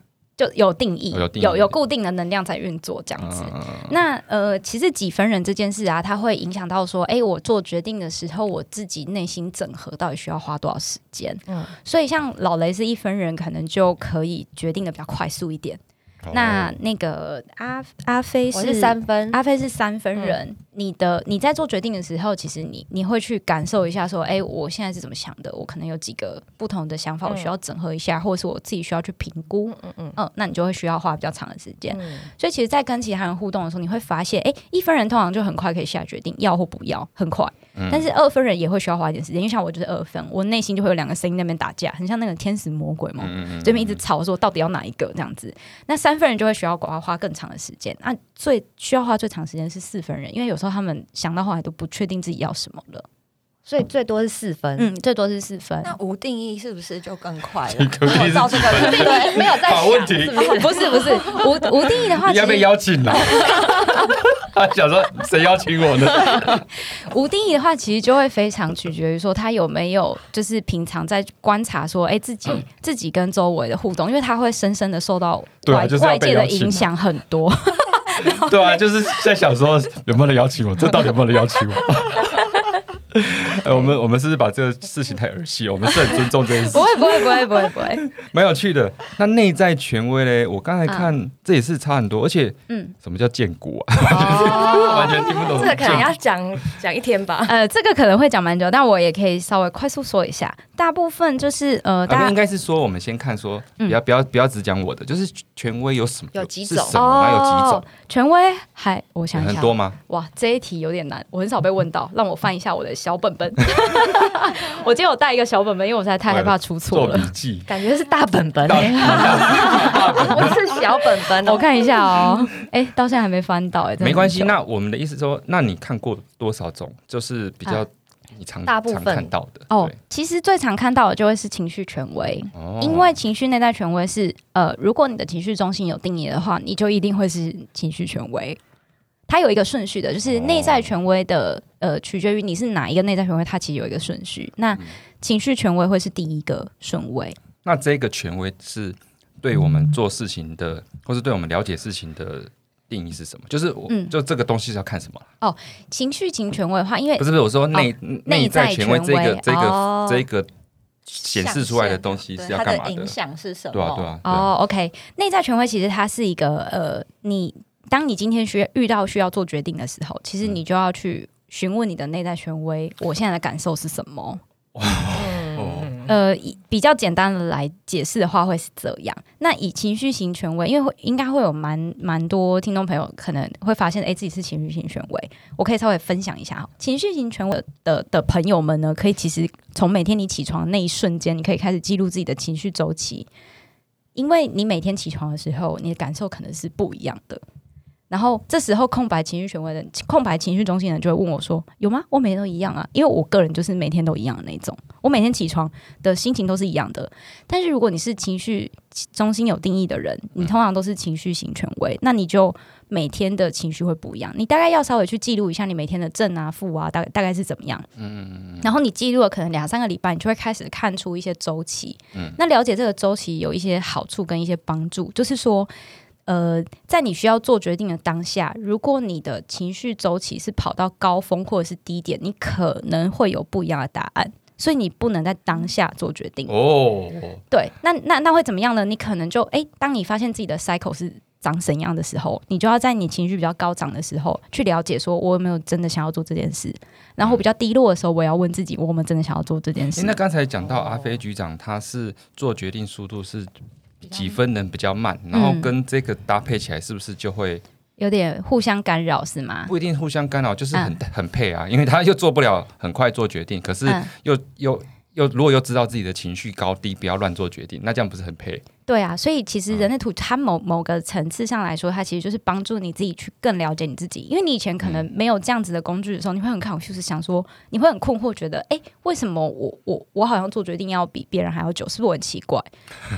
Speaker 1: 就有定义，
Speaker 3: 哦有定义
Speaker 1: 有有固定的能量在运作这样子。
Speaker 3: 嗯，
Speaker 1: 那呃，其实几分人这件事啊，它会影响到说，哎，我做决定的时候，我自己内心整合到底需要花多少时间？
Speaker 7: 嗯
Speaker 1: 所以像老雷是一分人，可能就可以决定的比较快速一点。嗯那那个阿阿飞
Speaker 7: 我
Speaker 1: 是
Speaker 7: 是三分，
Speaker 1: 阿飞是三分嗯人，你的你在做决定的时候，其实你你会去感受一下，说，哎、我现在是怎么想的？我可能有几个不同的想法，我需要整合一下，或者是我自己需要去评估。嗯嗯那你就会需要花比较长的时间。所以其实，在跟其他人互动的时候，你会发现，哎、一分人通常就很快可以下决定，要或不要，很快。
Speaker 3: 嗯
Speaker 1: 但是二分人也会需要花一点时间，因为像我就是二分，我内心就会有两个声音在那边打架，很像那个天使魔鬼嘛。
Speaker 3: 嗯
Speaker 1: 这边一直吵说到底要哪一个这样子。那三分人就会需要花花更长的时间，那最需要花最长时间是四分人，因为有时候他们想到后来都不确定自己要什么了。
Speaker 7: 所以最多是四分。
Speaker 1: 嗯，最多是四分。
Speaker 2: 那无定义是不是就更快了？
Speaker 3: 无定义
Speaker 2: 我照这个 对，
Speaker 7: 没有在
Speaker 3: 好问题
Speaker 7: 想，是不是？
Speaker 1: 哦不是不是无无定义的话，
Speaker 3: 应
Speaker 1: 其
Speaker 3: 该被
Speaker 1: 实
Speaker 3: 邀请 了。他想说谁邀请我呢？
Speaker 1: 无定义的话，其实就会非常取决于说他有没有就是平常在观察说，哎、自 己自己跟周围的互动，因为他会深深的受到
Speaker 3: 对啊
Speaker 1: 外、
Speaker 3: 就是要
Speaker 1: 外界
Speaker 3: 被邀
Speaker 1: 的
Speaker 3: 请嘛
Speaker 1: 影响很 多。
Speaker 3: 对啊，就是在想说有没有人邀请我，这到底有没有人邀请我？呃我们我们是不是把这个事情太儿戏了？我们是很尊重这件事
Speaker 1: 不，会不会不会不会不会，
Speaker 3: 蛮有趣的。那内在权威嘞，我刚才看、这也是差很多，而且
Speaker 1: 嗯，
Speaker 3: 什么叫建国啊？完全听不
Speaker 7: 这
Speaker 3: 懂什么
Speaker 7: 个可能
Speaker 3: 建
Speaker 7: 要
Speaker 3: 国。
Speaker 7: 讲讲一天吧。
Speaker 1: 呃，这个可能会讲蛮久，但我也可以稍微快速说一下。大部分就是呃，
Speaker 3: 啊、
Speaker 1: 大
Speaker 3: 应
Speaker 1: 家
Speaker 3: 该是说，我们先看说，
Speaker 1: 嗯
Speaker 3: 不要不要不要只讲我的，就是权威有什么？
Speaker 2: 有几
Speaker 3: 是
Speaker 2: 种
Speaker 3: 什么？哪有几
Speaker 1: 哦
Speaker 3: 种？
Speaker 1: 权威还我想一
Speaker 3: 很
Speaker 1: 下，
Speaker 3: 多吗？
Speaker 1: 哇，这一题有点难，我很少被问到， 让我翻一下我的小本本。 我今天有带一个小本本，因为我实在太害怕出错
Speaker 3: 哎做
Speaker 1: 了
Speaker 3: 笔。记。
Speaker 7: 感觉是大本本、
Speaker 3: 大
Speaker 7: 不是小本本哦、
Speaker 1: 我看一下哦，哎、到现在还没翻到、哎，真的
Speaker 3: 没关系，
Speaker 1: 很久
Speaker 3: 那我们的意思说，那你看过多少种？就是比
Speaker 1: 嗯
Speaker 3: 较你常、
Speaker 7: 大部分
Speaker 3: 常看到的
Speaker 1: 哦，其实最常看到的就会是情绪权威，
Speaker 3: 对哦
Speaker 1: 因为情绪内在权威是呃，如果你的情绪中心有定义的话，你就一定会是情绪权威。它有一个顺序的，就是
Speaker 3: 哦
Speaker 1: 内在权威的呃，取决于你是哪一个内在权威，它其实有一个顺序。那
Speaker 3: 嗯
Speaker 1: 情绪权威会是第一个顺位，
Speaker 3: 那这个权威是对我们做事情的，或是对我们了解事情的定义是什么？就是我、
Speaker 1: 嗯
Speaker 3: 就这个东西是要看什么？
Speaker 1: 情绪情权威的话，因为
Speaker 3: 不是不是，我说内、内在权威
Speaker 1: 内在权
Speaker 3: 这
Speaker 1: 威
Speaker 3: 个这个、
Speaker 1: 哦
Speaker 3: 这个显示出来的东西是要
Speaker 2: 它
Speaker 3: 干
Speaker 2: 的
Speaker 3: 嘛的？
Speaker 2: 影响是什么？
Speaker 3: 对啊对啊对啊。
Speaker 1: 哦、o k 内在权威其实它是一个呃，你当你今天需遇到需要做决定的时候，其实你就要去询问你的内在权威，我现在的感受是什么？
Speaker 3: 哦
Speaker 1: 呃，以比较简单的来解释的话，会是这样。那以情绪型权威，因为会应该会有蛮蛮多听众朋友可能会发现，哎、自己是情绪型权威。我可以稍微分享一下哦，情绪型权威的的的朋友们呢，可以其实从每天你起床那一瞬间，你可以开始记录自己的情绪周期，因为你每天起床的时候，你的感受可能是不一样的。然后这时候空白情绪权威的空白情绪中心的人就会问我说：“有吗？我每天都一样啊，因为我个人就是每天都一样的那种，我每天起床的心情都是一样的。但是如果你是情绪中心有定义的人，你通常都是情绪型权威，那你就每天的情绪会不一样。你大概要稍微去记录一下你每天的正啊、负啊，大概大概是怎么样。嗯，然后你记录了可能两三个礼拜，你就会开始看出一些周期。嗯，那了解这个周期有一些好处跟一些帮助，就是说。呃，在你需要做决定的当下，如果你的情绪周期是跑到高峰或者是低点，你可能会有不一样的答案，所以你不能在当下做决定。
Speaker 3: 哦，
Speaker 1: 对，那那那会怎么样呢？你可能就诶，当你发现自己的 cycle 是长怎样的时候，你就要在你情绪比较高涨的时候去了解，说我有没有真的想要做这件事。然后我比较低落的时候，我也要问自己，我有没有真的想要做这件
Speaker 3: 诶
Speaker 1: 事
Speaker 3: 那？刚才讲到阿飞局长，他是做决定速度是几分能比较慢，然后跟这个搭配起来，是不是就会
Speaker 1: 有点互相干扰是吗？
Speaker 3: 不一定互相干扰，就是
Speaker 1: 嗯
Speaker 3: 很、很配啊，因为他又做不了很快做决定，可是
Speaker 1: 嗯，
Speaker 3: 又又又如果又知道自己的情绪高低，不要乱做决定，那这样不是很配？
Speaker 1: 对啊，所以其
Speaker 3: 嗯
Speaker 1: 实人类图它某某个层次上来说，它其实就是帮助你自己去更了解你自己，因为你以前可能
Speaker 3: 嗯
Speaker 1: 没有这样子的工具的时候，你会很 confused，想说你会很困惑，觉得诶，为什么我我我好像做决定要比别人还要久，是不是我很奇怪？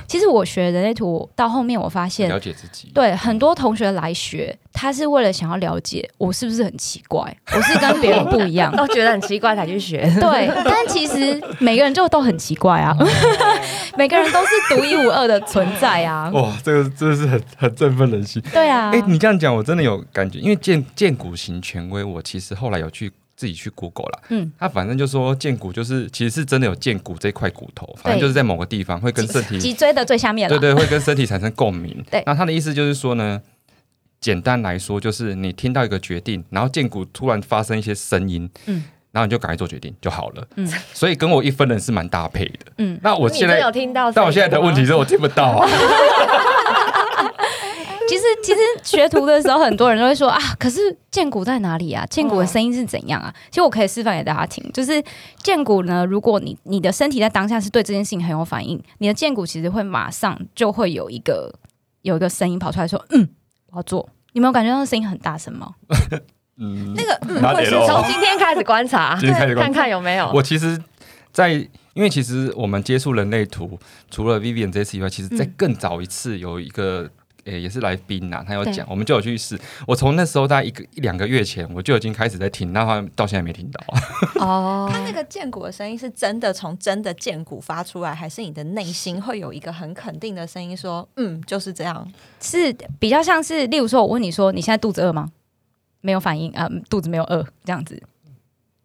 Speaker 1: 其实我学人类图到后面，我发现
Speaker 3: 了解自己，
Speaker 1: 对，很多同学来学，他是为了想要了解我是不是很奇怪，我是跟别人不一 样。
Speaker 7: 都觉得很奇怪才去学。
Speaker 1: 对，但其实每个人就都很奇怪啊，
Speaker 3: 嗯
Speaker 1: 每个人都是独一无二的存在啊。
Speaker 3: 哇，这个真的是很很振奋人心。
Speaker 1: 对啊，
Speaker 3: 哎、你这样讲，我真的有感觉，因为建建股型权威，我其实后来有去。自己去 Google 啦，
Speaker 1: 嗯
Speaker 3: 嗯，他反正就说荐骨就是其实是真的有荐骨这块骨头，
Speaker 1: 对
Speaker 3: 反正就是在某个地方会跟身体
Speaker 1: 脊椎的最下面了。。
Speaker 3: 对对，会跟身体产生共鸣
Speaker 1: 对
Speaker 3: 那他的意思就是说呢，简单来说就是你听到一个决定，然后剑骨突然发生一些声音，
Speaker 1: 嗯
Speaker 3: 嗯，然后你就赶快做决定就好了。
Speaker 1: 嗯
Speaker 3: 嗯，所以跟我一分人是蛮搭配的。
Speaker 1: 嗯
Speaker 3: 嗯，那我
Speaker 7: 你
Speaker 3: 现
Speaker 7: 真
Speaker 3: 在
Speaker 7: 的有，听到？
Speaker 3: 但我现在的问题，是我听不到啊。
Speaker 1: 其实其实学徒的时候，很多人都会说啊，可是剑骨在哪里啊？剑骨的声音是怎样
Speaker 3: 嗯
Speaker 1: 啊？其实我可以示范给大家听，就是剑骨呢，如果你你的身体在当下是对这件事情很有反应，你的剑骨其实会马上就会有一个有一个声音跑出来说，嗯，我要做。你没有感觉到声音很大声吗？
Speaker 3: 嗯
Speaker 2: 那，个嗯，
Speaker 3: 哪
Speaker 2: 会
Speaker 3: 里
Speaker 2: 是
Speaker 3: 咯
Speaker 2: 从
Speaker 7: 从今天开始观察，
Speaker 3: 哦 今天开始观察
Speaker 7: 看看有没有。
Speaker 3: 我其实在，因为其实我们接触人类图，除了 Vivian 这次以外，其实在
Speaker 1: 嗯
Speaker 3: 更早一次有一个。诶、也是来宾呐、他有
Speaker 1: 对
Speaker 3: 讲，我们就有去试。我从那时候大概一个一两个月前，我就已经开始在听，那他到现在没听到。
Speaker 1: 哦，
Speaker 2: 它那个剑骨的声音是真的从真的剑骨发出来，还是你的内心会有一个很肯定的声音说，嗯，就是这样？
Speaker 1: 是比较像是，呃例如说，我问你说你现在肚子饿吗？没有反应啊、嗯肚子没有饿这样子。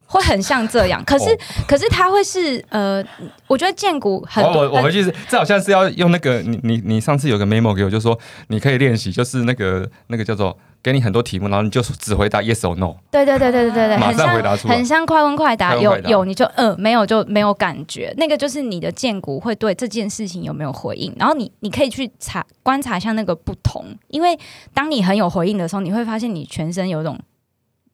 Speaker 1: 会很像这 样。可是，
Speaker 3: 哦
Speaker 1: 可是它会是呃，我觉得建股很
Speaker 3: 哦，
Speaker 1: 多、
Speaker 3: 我我回去是，这好像是要用那个你你你上次有个 memo 给我，就说你可以练习，就是那个那个叫做给你很多题目，然后你就只回答 yes or no，
Speaker 1: 对对对对对对对，
Speaker 3: 马
Speaker 1: 很
Speaker 3: 上
Speaker 1: 像
Speaker 3: 回答出来
Speaker 1: 很。像快问快答，
Speaker 3: 快问
Speaker 1: 有
Speaker 3: 快答
Speaker 1: 有你就嗯，没有就没有感觉，那个就是你的荐股会对这件事情有没有回应，然后你你可以去查观察一下那个不同，因为当你很有回应的时候，你会发现你全身有一种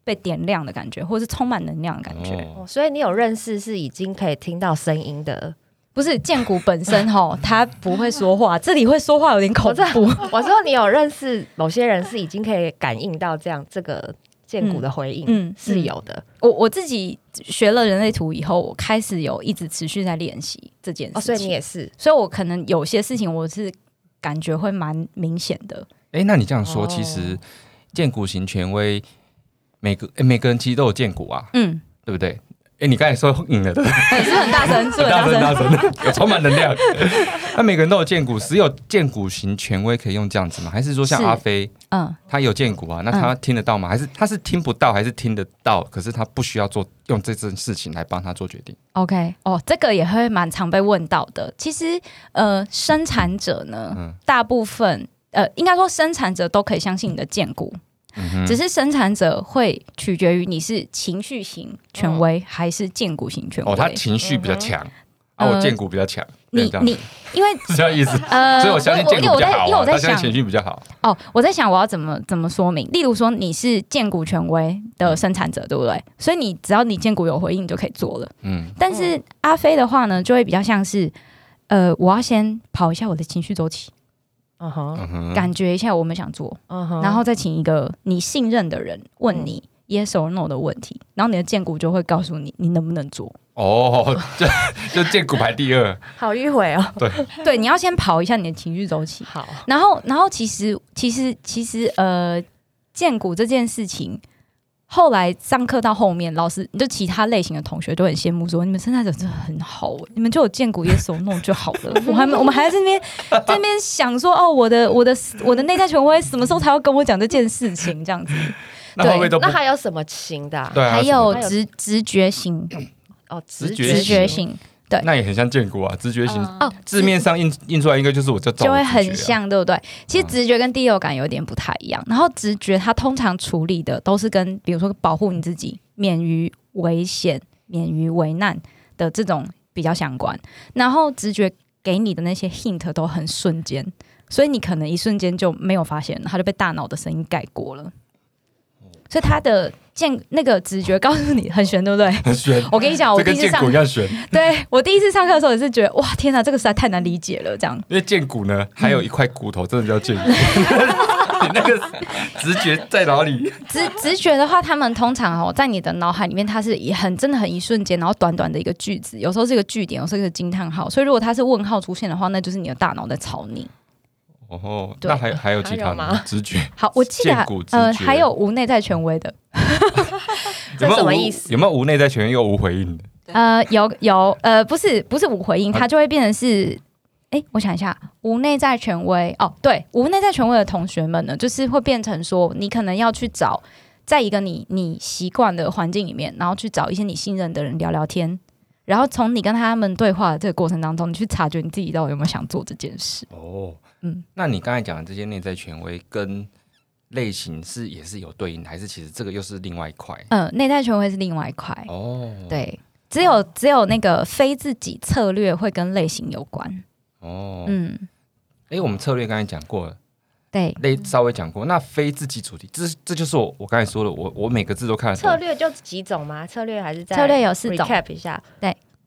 Speaker 1: 被点亮的感觉，或是充满能量的感觉。
Speaker 3: 哦
Speaker 7: 哦，所以你有认识是已经可以听到声音的。
Speaker 1: 不是荐股本 身吼，它不会说话，这里会说话有点恐
Speaker 7: 我知道
Speaker 1: 怖。
Speaker 7: 我说你有认识某些人是已经可以感应到这样这个剑骨的回应，
Speaker 1: 嗯嗯
Speaker 7: 是有的、
Speaker 1: 我我自己学了人类图以后，我开始有一直持续在练习这件事情，
Speaker 7: 哦，所以你也是
Speaker 1: 所以我可能有些事情我是感觉会蛮明显的。
Speaker 3: 哎，那你这样说，
Speaker 7: 哦
Speaker 3: 其实荐股型权威，每个诶每个人其实都有荐股啊，
Speaker 1: 嗯，
Speaker 3: 对不对？哎，你刚才说嗯了，对不对
Speaker 1: 是不是很大声，是不是很
Speaker 3: 大
Speaker 1: 大
Speaker 3: 声
Speaker 1: 声。
Speaker 3: 大声， 有充满能量。那每个人都有荐股，只有荐股型权威可以用这样子吗？还是说像
Speaker 1: 是
Speaker 3: 阿飞？
Speaker 1: 嗯，
Speaker 3: 他有见骨啊，那他听得到吗？还是他是听不到，还是听得到？可是他不需要做用这件事情来帮他做决定。
Speaker 1: OK，哦，这个也会蛮常被问到的。其实，呃，生产者呢，
Speaker 3: 嗯
Speaker 1: 大部分呃，应该说生产者都可以相信你的荐股，
Speaker 3: 嗯哼
Speaker 1: 只是生产者会取决于你是情绪型权威、还是荐股型权威。
Speaker 3: 哦，他情绪比较强、啊，
Speaker 1: 嗯
Speaker 3: 我见骨比较强，
Speaker 1: 你
Speaker 3: 这样
Speaker 1: 你因为
Speaker 3: 是这样意思。
Speaker 1: 呃，
Speaker 3: 所以我相信见
Speaker 1: 因为
Speaker 3: 骨
Speaker 1: 我
Speaker 3: 比较
Speaker 1: 在
Speaker 3: 好、
Speaker 1: 因为
Speaker 3: 啊，
Speaker 1: 我在
Speaker 3: 他现在
Speaker 1: 想
Speaker 3: 情绪比较好。
Speaker 1: 哦，我在想我要怎么怎么说明。例如说你是荐股权威
Speaker 3: 嗯
Speaker 1: 的生产者，对不对？所以你只要你荐股有回应，你就可以做了。
Speaker 3: 嗯，
Speaker 1: 但是阿飞的话呢，就会比较像是，呃，我要先跑一下我的情绪周期，
Speaker 7: 嗯哼，
Speaker 3: 嗯哼
Speaker 1: 感觉一下我们想做，
Speaker 7: 嗯哼
Speaker 1: 然后再请一个你信任的人问你 yes or no 的问题，然后你的荐股就会告诉你你能不能做。
Speaker 3: 哦，就就见骨排第二，
Speaker 7: 好迂回哦，
Speaker 1: 对，你要先跑一下你的情绪周期，
Speaker 7: 好，
Speaker 1: 然后，然后其实其实其实呃，荐股这件事情。后来上课到后面，老师就其他类型的同学都很羡慕说：“你们生产者真的很好欸，你们就有见股也手弄就好了。”我还我们还在那边在那边想说：“哦，我的我的我的内在权威什么时候才要跟我讲这件事情？”这样子，
Speaker 3: 那会不会都不
Speaker 7: 那还有什么情的啊、
Speaker 3: 对啊？
Speaker 1: 还
Speaker 3: 什么
Speaker 1: 有
Speaker 3: 的
Speaker 1: 直直觉型、
Speaker 7: 哦，
Speaker 3: 直觉
Speaker 1: 直
Speaker 3: 型
Speaker 1: 觉型
Speaker 3: 那也很像见骨啊，直觉型、
Speaker 2: 嗯
Speaker 1: 哦，
Speaker 3: 字面上印印出来应该就是我就照
Speaker 1: 就
Speaker 3: 我
Speaker 1: 会
Speaker 3: 直觉啊
Speaker 1: 很。像，对不对？其实
Speaker 3: 嗯
Speaker 1: 直觉跟第六感有点不太一样。然后直觉它通常处理的都是跟，比如说保护你自己，免于危险、免于危难的这种比较相关。然后直觉给你的那些 hint 都很瞬间，所以你可能一瞬间就没有发现，它就被大脑的声音盖过了。
Speaker 3: 哦
Speaker 1: 所以它的见那个直觉告诉你很悬，对不对？
Speaker 3: 很悬，
Speaker 1: 我跟你 讲，我第
Speaker 3: 这跟
Speaker 1: 一次
Speaker 3: 见
Speaker 1: 上
Speaker 3: 骨一样悬。
Speaker 1: 对我第一次上课的时候也是觉得，哇，天哪，这个实在太难理解了，这样。
Speaker 3: 因为剑骨呢，还有一块骨头，真的叫 剑骨。你那个直觉在哪里？
Speaker 1: 直直觉的话，他们通常哦，在你的脑海里面，它是也很真的很一瞬间，然后短短的一个句子，有时候是一个句点，有时候是一个惊叹号，所以如果它是问号出现的话，那就是你的大脑在吵你。
Speaker 3: 哦，
Speaker 1: 对
Speaker 3: 那还还有其他
Speaker 7: 还有
Speaker 3: 吗？直觉
Speaker 1: 好，我记得
Speaker 3: 见骨直觉
Speaker 1: 呃，还有无内在权威的，
Speaker 7: 这
Speaker 3: 有没有
Speaker 7: 什么
Speaker 3: 无
Speaker 7: 意思？
Speaker 3: 有没有无内在权又无回应的？
Speaker 1: 呃，有有呃，不是不是无回应，它就会变成是。诶，我想一下，无内在权威哦，对，无内在权威的同学们呢，就是会变成说，你可能要去找，在一个你你习惯的环境里面，然后去找一些你信任的人聊聊天，然后从你跟他们对话的这个过程当中，你去察觉你自己到底有没有想做这件事。
Speaker 3: 哦，
Speaker 1: 嗯，
Speaker 3: 那你刚才讲的这些内在权威跟类型是也是有对应的，还是其实这个又是另外一块？
Speaker 1: 嗯、内在权威是另外一块，
Speaker 3: 哦，，
Speaker 1: 对，只有只有那个非自己策略会跟类型有关。
Speaker 3: 哦，
Speaker 1: 嗯，
Speaker 3: 哎，我们策略刚才讲过了，
Speaker 1: 对，
Speaker 3: 类稍微讲过，那非自己主题，这这就是我我刚才说的，我我每个字都看得
Speaker 7: 策
Speaker 3: 懂。
Speaker 7: 略就几种吗？策略还是在
Speaker 1: 策略有四种
Speaker 7: recap 一下，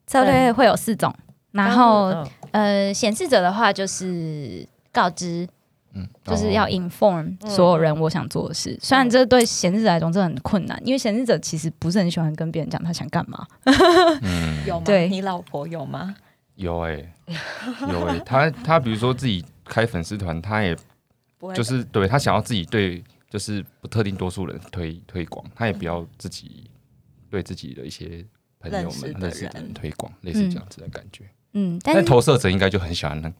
Speaker 1: 策略会有四种，然后
Speaker 7: 嗯
Speaker 1: 呃，显示者的话就是告知，
Speaker 3: 嗯，
Speaker 1: 就是要
Speaker 3: 哦
Speaker 1: inform 所有人我想做的事。虽然这对显示者来讲这很困难，因为显示者其实不是很喜欢跟别人讲他想干嘛。
Speaker 3: 嗯
Speaker 2: 有吗？
Speaker 1: 对
Speaker 2: 你老婆有吗？
Speaker 3: 有哎、有哎、他他比如说自己开粉丝团，他也
Speaker 2: 不会
Speaker 3: 就
Speaker 2: 的，
Speaker 3: 是对他想要自己对就是不特定多数人推推广，他也不要自己对自己的一些朋友们
Speaker 2: 认识的
Speaker 3: 认识的
Speaker 2: 人
Speaker 3: 人推广，类似这样子的感觉。
Speaker 1: 嗯，但
Speaker 3: 但
Speaker 1: 是呃
Speaker 3: 投射者应该就很喜欢那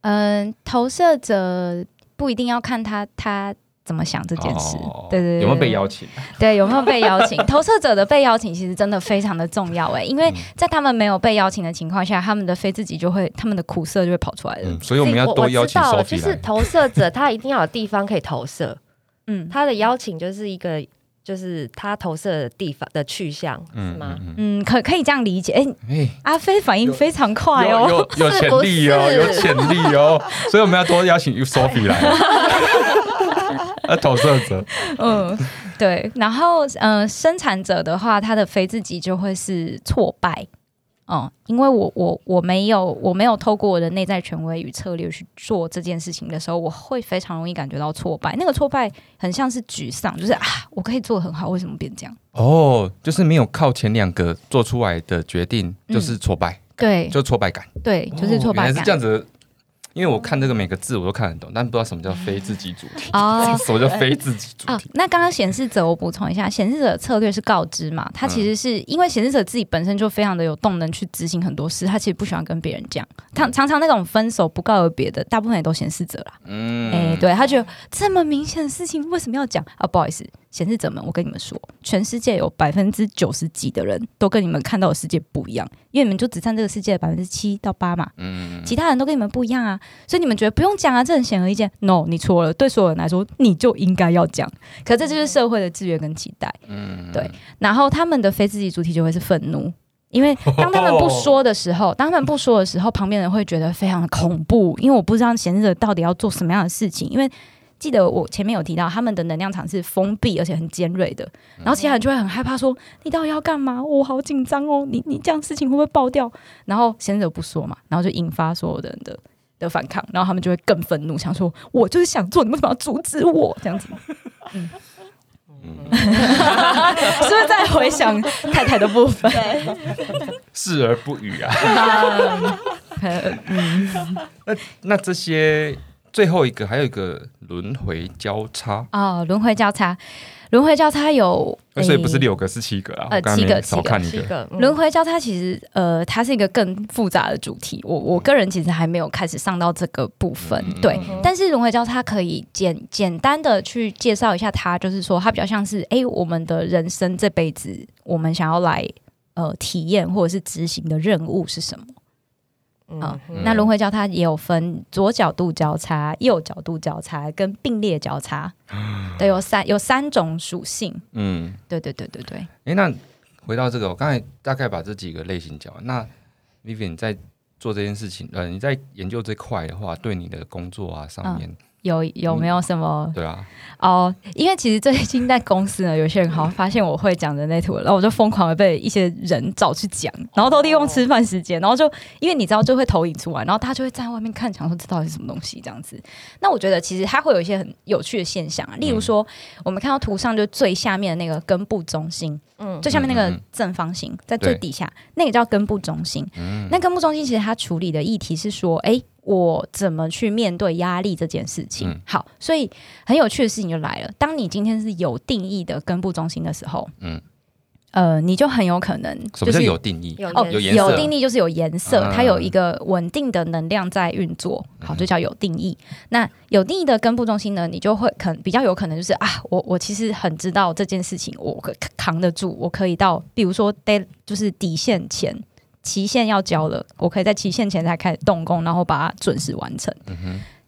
Speaker 1: 嗯、投射者不一定要看他他怎么想这件事。
Speaker 3: 哦
Speaker 1: 对对对，
Speaker 3: 有没有被
Speaker 1: 对
Speaker 3: 邀请？啊
Speaker 1: 对，有没有被邀请？投射者的被邀请其实真的非常的重要哎，因
Speaker 3: 嗯
Speaker 1: 为在他们没有被邀请的情况下，他们的非自己就会，他们的苦涩就会跑出来了
Speaker 3: 嗯，。所以我们要多邀请
Speaker 7: 我知道了
Speaker 3: Sophie
Speaker 7: 就是
Speaker 3: 来。
Speaker 7: 投射者他一定要有地方可以投射，
Speaker 1: 嗯，
Speaker 7: 他的邀请就是一个就是他投射的地方的去向，是吗？
Speaker 3: 嗯，
Speaker 1: 嗯，可可以这样理解。哎，
Speaker 3: 哎，
Speaker 1: 阿飞反应非常快
Speaker 3: 有
Speaker 1: 哦。
Speaker 3: 有有潜力哦，
Speaker 7: 是不
Speaker 3: 有
Speaker 7: 是
Speaker 3: 潜力哦， 所以我们要多邀请 Sophie 来。啊，投射者，
Speaker 1: 嗯，对。然后，呃，生产者的话，他的非自己就会是挫败。嗯，因为我我我没有我没有透过我的内在权威与策略去做这件事情的时候，我会非常容易感觉到挫败。那个挫败很像是沮丧，就是啊，我可以做得很好，为什么变这样？
Speaker 3: 哦，就是没有靠前两个做出来的决定，就是挫败，
Speaker 1: 嗯对
Speaker 3: 就挫败感，
Speaker 1: 对，就是挫
Speaker 3: 哦
Speaker 1: 败
Speaker 3: 原来
Speaker 1: 感
Speaker 3: 是这。样子。因为我看这个每个字我都看得懂，但不知道什么叫非自己主 题，
Speaker 1: 哦
Speaker 3: 什么叫非自己主
Speaker 1: 啊
Speaker 3: 题。，
Speaker 1: 那刚刚显示者，我补充一下，显示者的策略是告知嘛，他其实是、因为显示者自己本身就非常的有动能去执行很多事，他其实不喜欢跟别人讲，
Speaker 3: 嗯
Speaker 1: 常常常那种分手不告而别的，大部分也都显示者啦。 哎、
Speaker 3: 嗯，
Speaker 1: 对他觉得这么明显的事情为什么要讲啊？不好意思，显示者们，我跟你们说，全世界有百分之九十几的人都跟你们看到的世界不一样，因为你们就只占这个世界的百分之七到八嘛，
Speaker 3: 嗯，
Speaker 1: 其他人都跟你们不一样啊，所以你们觉得不用讲啊，这很显而易见。No，你错了，对所有人来说，你就应该要讲。可这就是社会的制约跟期待。
Speaker 3: 嗯
Speaker 1: 对，然后他们的非自己主体就会是愤怒，因为当他们不说的时候，当他们不说的时候，旁边人会觉得非常的恐怖，因为我不知道闲着到底要做什么样的事情。因为记得我前面有提到，他们的能量场是封闭而且很尖锐的，然后其他人就会很害怕说：“你到底要干嘛？我好紧张哦！你你这样事情会不会爆掉？”然后闲着不说嘛，然后就引发所有的人的。的反抗，然后他们就会更愤怒，想说：“我就是想做，你为什么要阻止我？”这样子，是不是在回想太太的部 分？
Speaker 3: 视而不语啊。嗯
Speaker 1: 呃
Speaker 3: 那这些最后一个还有一个轮回交叉，
Speaker 1: 哦，轮回交叉，轮回交叉有，
Speaker 3: 呃所以不是
Speaker 1: 诶
Speaker 3: 六个是七个啊，
Speaker 1: 哎呃
Speaker 3: 我刚
Speaker 1: 七
Speaker 3: 刚
Speaker 1: 个
Speaker 3: 没少看一
Speaker 7: 是一
Speaker 3: 个。
Speaker 7: 个嗯
Speaker 1: 轮回交叉其实，呃，它是一个更复杂的主题。我我个人其实还没有开始上到这个部分，
Speaker 3: 嗯
Speaker 1: 对
Speaker 3: 嗯。
Speaker 1: 但是轮回交叉可以简简单的去介绍一下它，就是说它比较像是，哎、我们的人生这辈子，我们想要来呃体验或者是执行的任务是什么？啊、
Speaker 7: 嗯
Speaker 1: 那轮回交叉也有分左角度交叉、右角度交叉跟并列交叉，对，有三有三种属性。
Speaker 3: 嗯，
Speaker 1: 对对对对对，
Speaker 3: 诶，那回到这个，我刚才大概把这几个类型讲完。那 Vivian 你在做这件事情，呃，你在研究这块的话，对你的工作啊
Speaker 1: 嗯
Speaker 3: 上面，
Speaker 1: 有有没有什么、
Speaker 3: 对啊，
Speaker 1: 哦？因为其实最近在公司呢，有些人好像发现我会讲人类图了，然后我就疯狂的被一些人找去讲，然后都利用吃饭时间，然后就因为你知道就会投影出来，然后他就会在外面看，想说这到底是什么东西这样子。那我觉得其实它会有一些很有趣的现象啊，例如说、我们看到图上就最下面的那个根部中心，
Speaker 7: 嗯
Speaker 1: 最下面那
Speaker 3: 嗯
Speaker 1: 个
Speaker 3: 嗯
Speaker 1: 正方形在最底下，那个叫根部中心。那根部中心其实它处理的议题是说，哎、我怎么去面对压力这件事情？
Speaker 3: 嗯
Speaker 1: 好，所以很有趣的事情就来了，当你今天是有定义的根部中心的时候，
Speaker 3: 嗯
Speaker 1: 嗯，呃，你就很有可能就
Speaker 3: 什么叫
Speaker 1: 是
Speaker 3: 有定义？
Speaker 7: 有
Speaker 1: 哦，
Speaker 3: 有
Speaker 7: 颜
Speaker 3: 颜色
Speaker 1: 定义就是有颜色，
Speaker 3: 嗯
Speaker 1: 它有一个稳定的能量在运作，好，就叫有定义。那有定义的根部中心呢，你就会可比较有可能就是啊，我我其实很知道这件事情，我可扛得住，我可以到，比如说 d 就是底线前。期限要交了，我可以在期限前才开始动工，然后把它准时完成。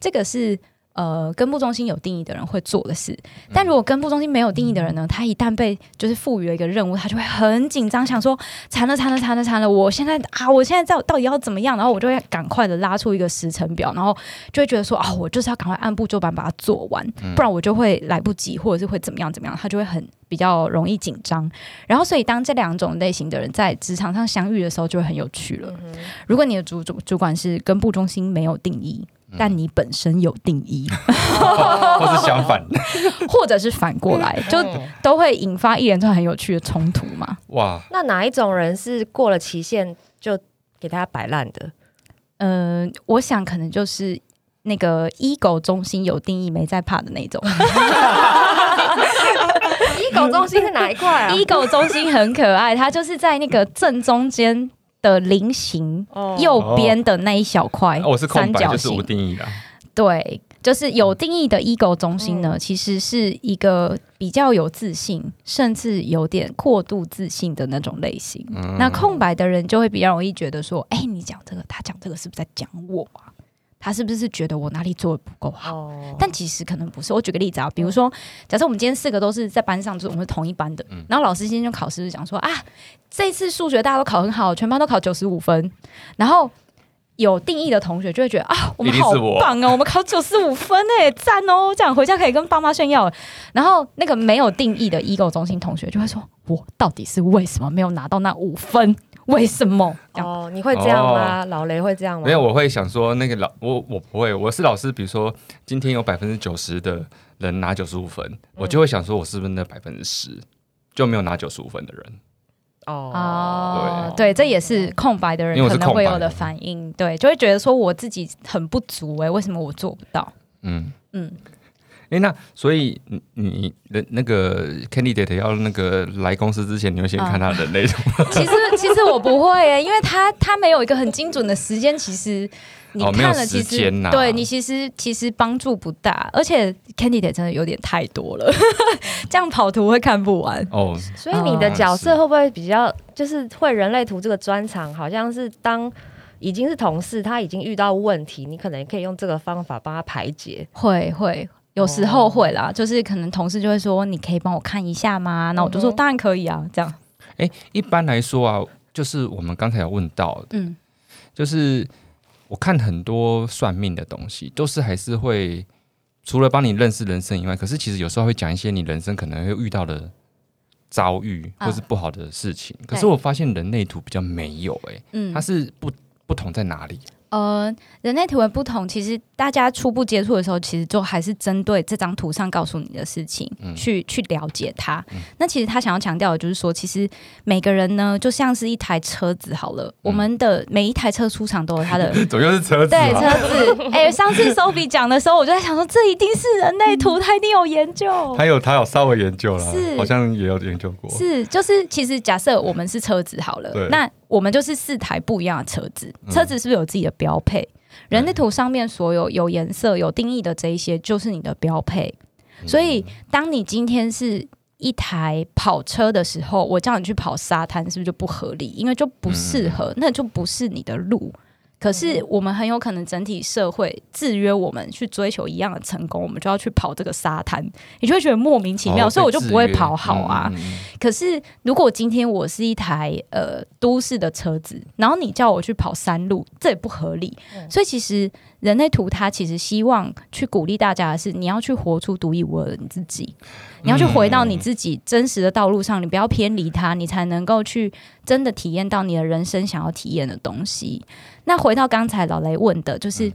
Speaker 1: 这个是呃根部中心有定义的人会做的事。但如果根部中心没有定义的人呢，他一旦被就是赋予了一个任务，他就会很紧张，想说惨了惨了惨了惨了，我现在啊，我现在到到底要怎么样？然后我就会赶快的拉出一个时程表，然后就会觉得说啊，我就是要赶快按部就班把它做完，不然我就会来不及，或者是会怎么样怎么样，他就会很比较容易紧张。然后所以当这两种类型的人在职场上相遇的时候，就会很有趣了。如果你的主主主管是根部中心没有定义。但你本身有定义，哦
Speaker 3: 或是相反？
Speaker 1: 或者是反过来，就都会引发一连串很有趣的冲突嘛。
Speaker 3: 哇，
Speaker 7: 那哪一种人是过了期限就给他摆烂的？
Speaker 1: 呃，我想可能就是那个 ego 中心有定义没在怕的那 种、
Speaker 3: 啊
Speaker 7: 一狗中心是哪一块啊？
Speaker 1: ego 中心很可爱，它就是在那个正中间的菱形。
Speaker 7: 哦
Speaker 1: 右边的那一小块、
Speaker 3: 哦我是空
Speaker 1: 哎三
Speaker 3: 白，
Speaker 1: 角
Speaker 3: 就是无
Speaker 1: 形，
Speaker 3: 定义的啊。
Speaker 1: 对。就是有定义的 ego 中心
Speaker 3: 嗯
Speaker 1: 呢，其实是一个比较有自信，甚至有点过度自信的那种类型。
Speaker 3: 嗯
Speaker 1: 那空白的人就会比较容易觉得说，哎、你讲这个，他讲这个是不是在讲我啊？他是不是觉得我哪里做的不够好？
Speaker 7: 哦，
Speaker 1: 但其实可能不是。我举个例子啊，比如说，假设我们今天四个都是在班上，就是我们是同一班的，
Speaker 3: 嗯
Speaker 1: 然后老师今天就考试就讲说啊，这一次数学大家都考很好，全班都考九十五分，然后。有定义的同学就会觉得啊，我们
Speaker 3: 一定
Speaker 1: 好
Speaker 3: 是我
Speaker 1: 棒哦，我们考九十五分哎，赞哦，这样回家可以跟爸妈炫耀。然后那个没有定义的 ego 中心同学就会说，我到底是为什么没有拿到那五分？为什么？这样
Speaker 7: 哦，你会这样吗？老雷会这样吗？
Speaker 3: 没有，，我会想说那个老我我不会，我是老师。比如说今天有百分之九十的人拿九十五分，
Speaker 1: 嗯
Speaker 3: 我就会想说我是不是那百分之十就没有拿九十五分的人？
Speaker 1: 哦，对，这也是空白的人
Speaker 3: 因为我
Speaker 1: 可
Speaker 3: 是
Speaker 1: 能会
Speaker 3: 空白
Speaker 1: 有的
Speaker 3: 的
Speaker 1: 反应，对，就会觉得说我自己很不足哎、为什么我做不到？
Speaker 3: 嗯，
Speaker 1: 嗯，
Speaker 3: 诶，那所以你你人那个 candidate 要那个来公司之前，你会先看
Speaker 1: 嗯
Speaker 3: 他人类图吗，
Speaker 1: 其实 其实我不会哎、因为他他没有一个很精准的时间，其实你
Speaker 3: 哦没有
Speaker 1: 看了，其
Speaker 3: 时
Speaker 1: 实、
Speaker 3: 间呐
Speaker 1: 对你其实其实帮助不大，而且 candidate 真的有点太多了， 这样跑图会看不完。
Speaker 3: 哦，
Speaker 7: 所以你的角色会不会比较，就是会人类图这个专长，好像是当已经是同事，他已经遇到问题，你可能可以用这个方法帮他排解。
Speaker 1: 会会。有时候会啦，就是可能同事就会说：“你可以帮我看一下吗？”那我就说：“
Speaker 7: 嗯哼
Speaker 1: 当然可以啊。”这样，
Speaker 3: 哎，一般来说啊，就是我们刚才有问到，
Speaker 1: 嗯，
Speaker 3: 就是我看很多算命的东西，都是还是会除了帮你认识人生以外，可是其实有时候会讲一些你人生可能会遇到的遭遇
Speaker 1: 啊
Speaker 3: 或是不好的事情。可是我发现人类图比较没有、欸，
Speaker 1: 嗯
Speaker 3: 它是不不同在哪里？
Speaker 1: 呃，人类图的不同，其实大家初步接触的时候，其实就还是针对这张图上告诉你的事情、
Speaker 3: 嗯
Speaker 1: 去去了解它。那其实他想要强调的就是说，其实每个人呢，就像是一台车子好了，我们的每一台车出厂都有它的
Speaker 3: 总又是车子、
Speaker 1: 对
Speaker 3: 啊，
Speaker 1: 车子。哎、上次 Sophie 讲的时候，我就在想说，这一定是人类图，他一定有研究。
Speaker 3: 他有他有稍微研究啦
Speaker 1: 是，
Speaker 3: 好像也有研究过。
Speaker 1: 是，就是其实假设我们是车子好了
Speaker 3: 对，
Speaker 1: 那我们就是四台不一样的车子，
Speaker 3: 嗯
Speaker 1: 车子是不是有自己的标配？人类图上面所有有颜色、有定义的这一些，就是你的标配。
Speaker 3: 嗯
Speaker 1: 所以，当你今天是一台跑车的时候，我叫你去跑沙滩，是不是就不合理？因为就不
Speaker 3: 嗯
Speaker 1: 适合，那就不是你的路。可是我们很有可能整体社会制约我们去追求一样的成功，我们就要去跑这个沙滩，你就会觉得莫名其妙，
Speaker 3: 哦
Speaker 1: 所以我就
Speaker 3: 被制
Speaker 1: 不会
Speaker 3: 约
Speaker 1: 跑好啊。
Speaker 3: 嗯嗯嗯
Speaker 1: 可是如果今天我是一台呃都市的车子，然后你叫我去跑山路，这也不合理。
Speaker 3: 嗯
Speaker 1: 所以其实人类图它其实希望去鼓励大家的是，你要去活出独一无二的你自己，
Speaker 3: 嗯
Speaker 1: 你要去回到你自己真实的道路上，你不要偏离它，你才能够去真的体验到你的人生想要体验的东西。那回到刚才老雷问的，
Speaker 3: 嗯
Speaker 1: 就是。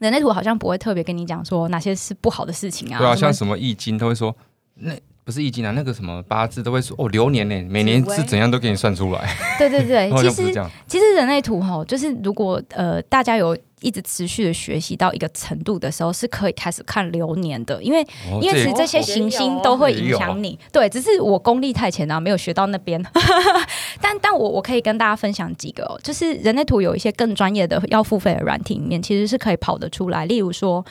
Speaker 1: 人类图好像不会特别跟你讲说哪些是不好的事情啊，
Speaker 3: 对
Speaker 1: 什
Speaker 3: 啊，
Speaker 1: 么
Speaker 3: 像什么易经，他会说那不是易经啊，那个什么八字都会说哦，流年呢，每年是怎样都给你算出来，
Speaker 1: 对对对
Speaker 3: 好，
Speaker 1: 哎其
Speaker 3: 像不
Speaker 1: 实
Speaker 3: 是这样，
Speaker 1: 其实人类图吼，就是如果呃大家有一直持续的学习到一个程度的时候，是可以开始看流年的，因为、
Speaker 3: 哦
Speaker 1: 因为其实
Speaker 3: 也
Speaker 1: 这些行星都会影响你。对，只是我功力太浅了、没有学到那边。 但但我我可以跟大家分享几个、哦，就是人类图有一些更专业的要付费的软体里面，其实是可以跑得出来。例如说，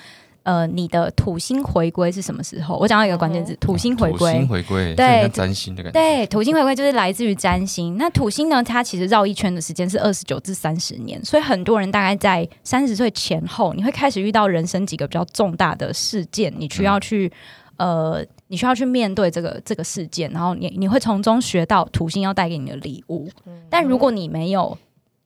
Speaker 1: 呃，你的土星回归是什么时候？我讲到一个关键字，土星回
Speaker 3: 土
Speaker 1: 归
Speaker 3: 星。回归，
Speaker 1: 对
Speaker 3: 就很像占星的感觉，
Speaker 1: 对，土星回归就是来自于占星。那土星呢，它其实绕一圈的时间是二十九至三十年，所以很多人大概在三十岁前后，你会开始遇到人生几个比较重大的事件，你
Speaker 3: 嗯
Speaker 1: 需要去、呃，你需要去面对这个这个事件，然后你你会从中学到土星要带给你的礼物。但如果你没有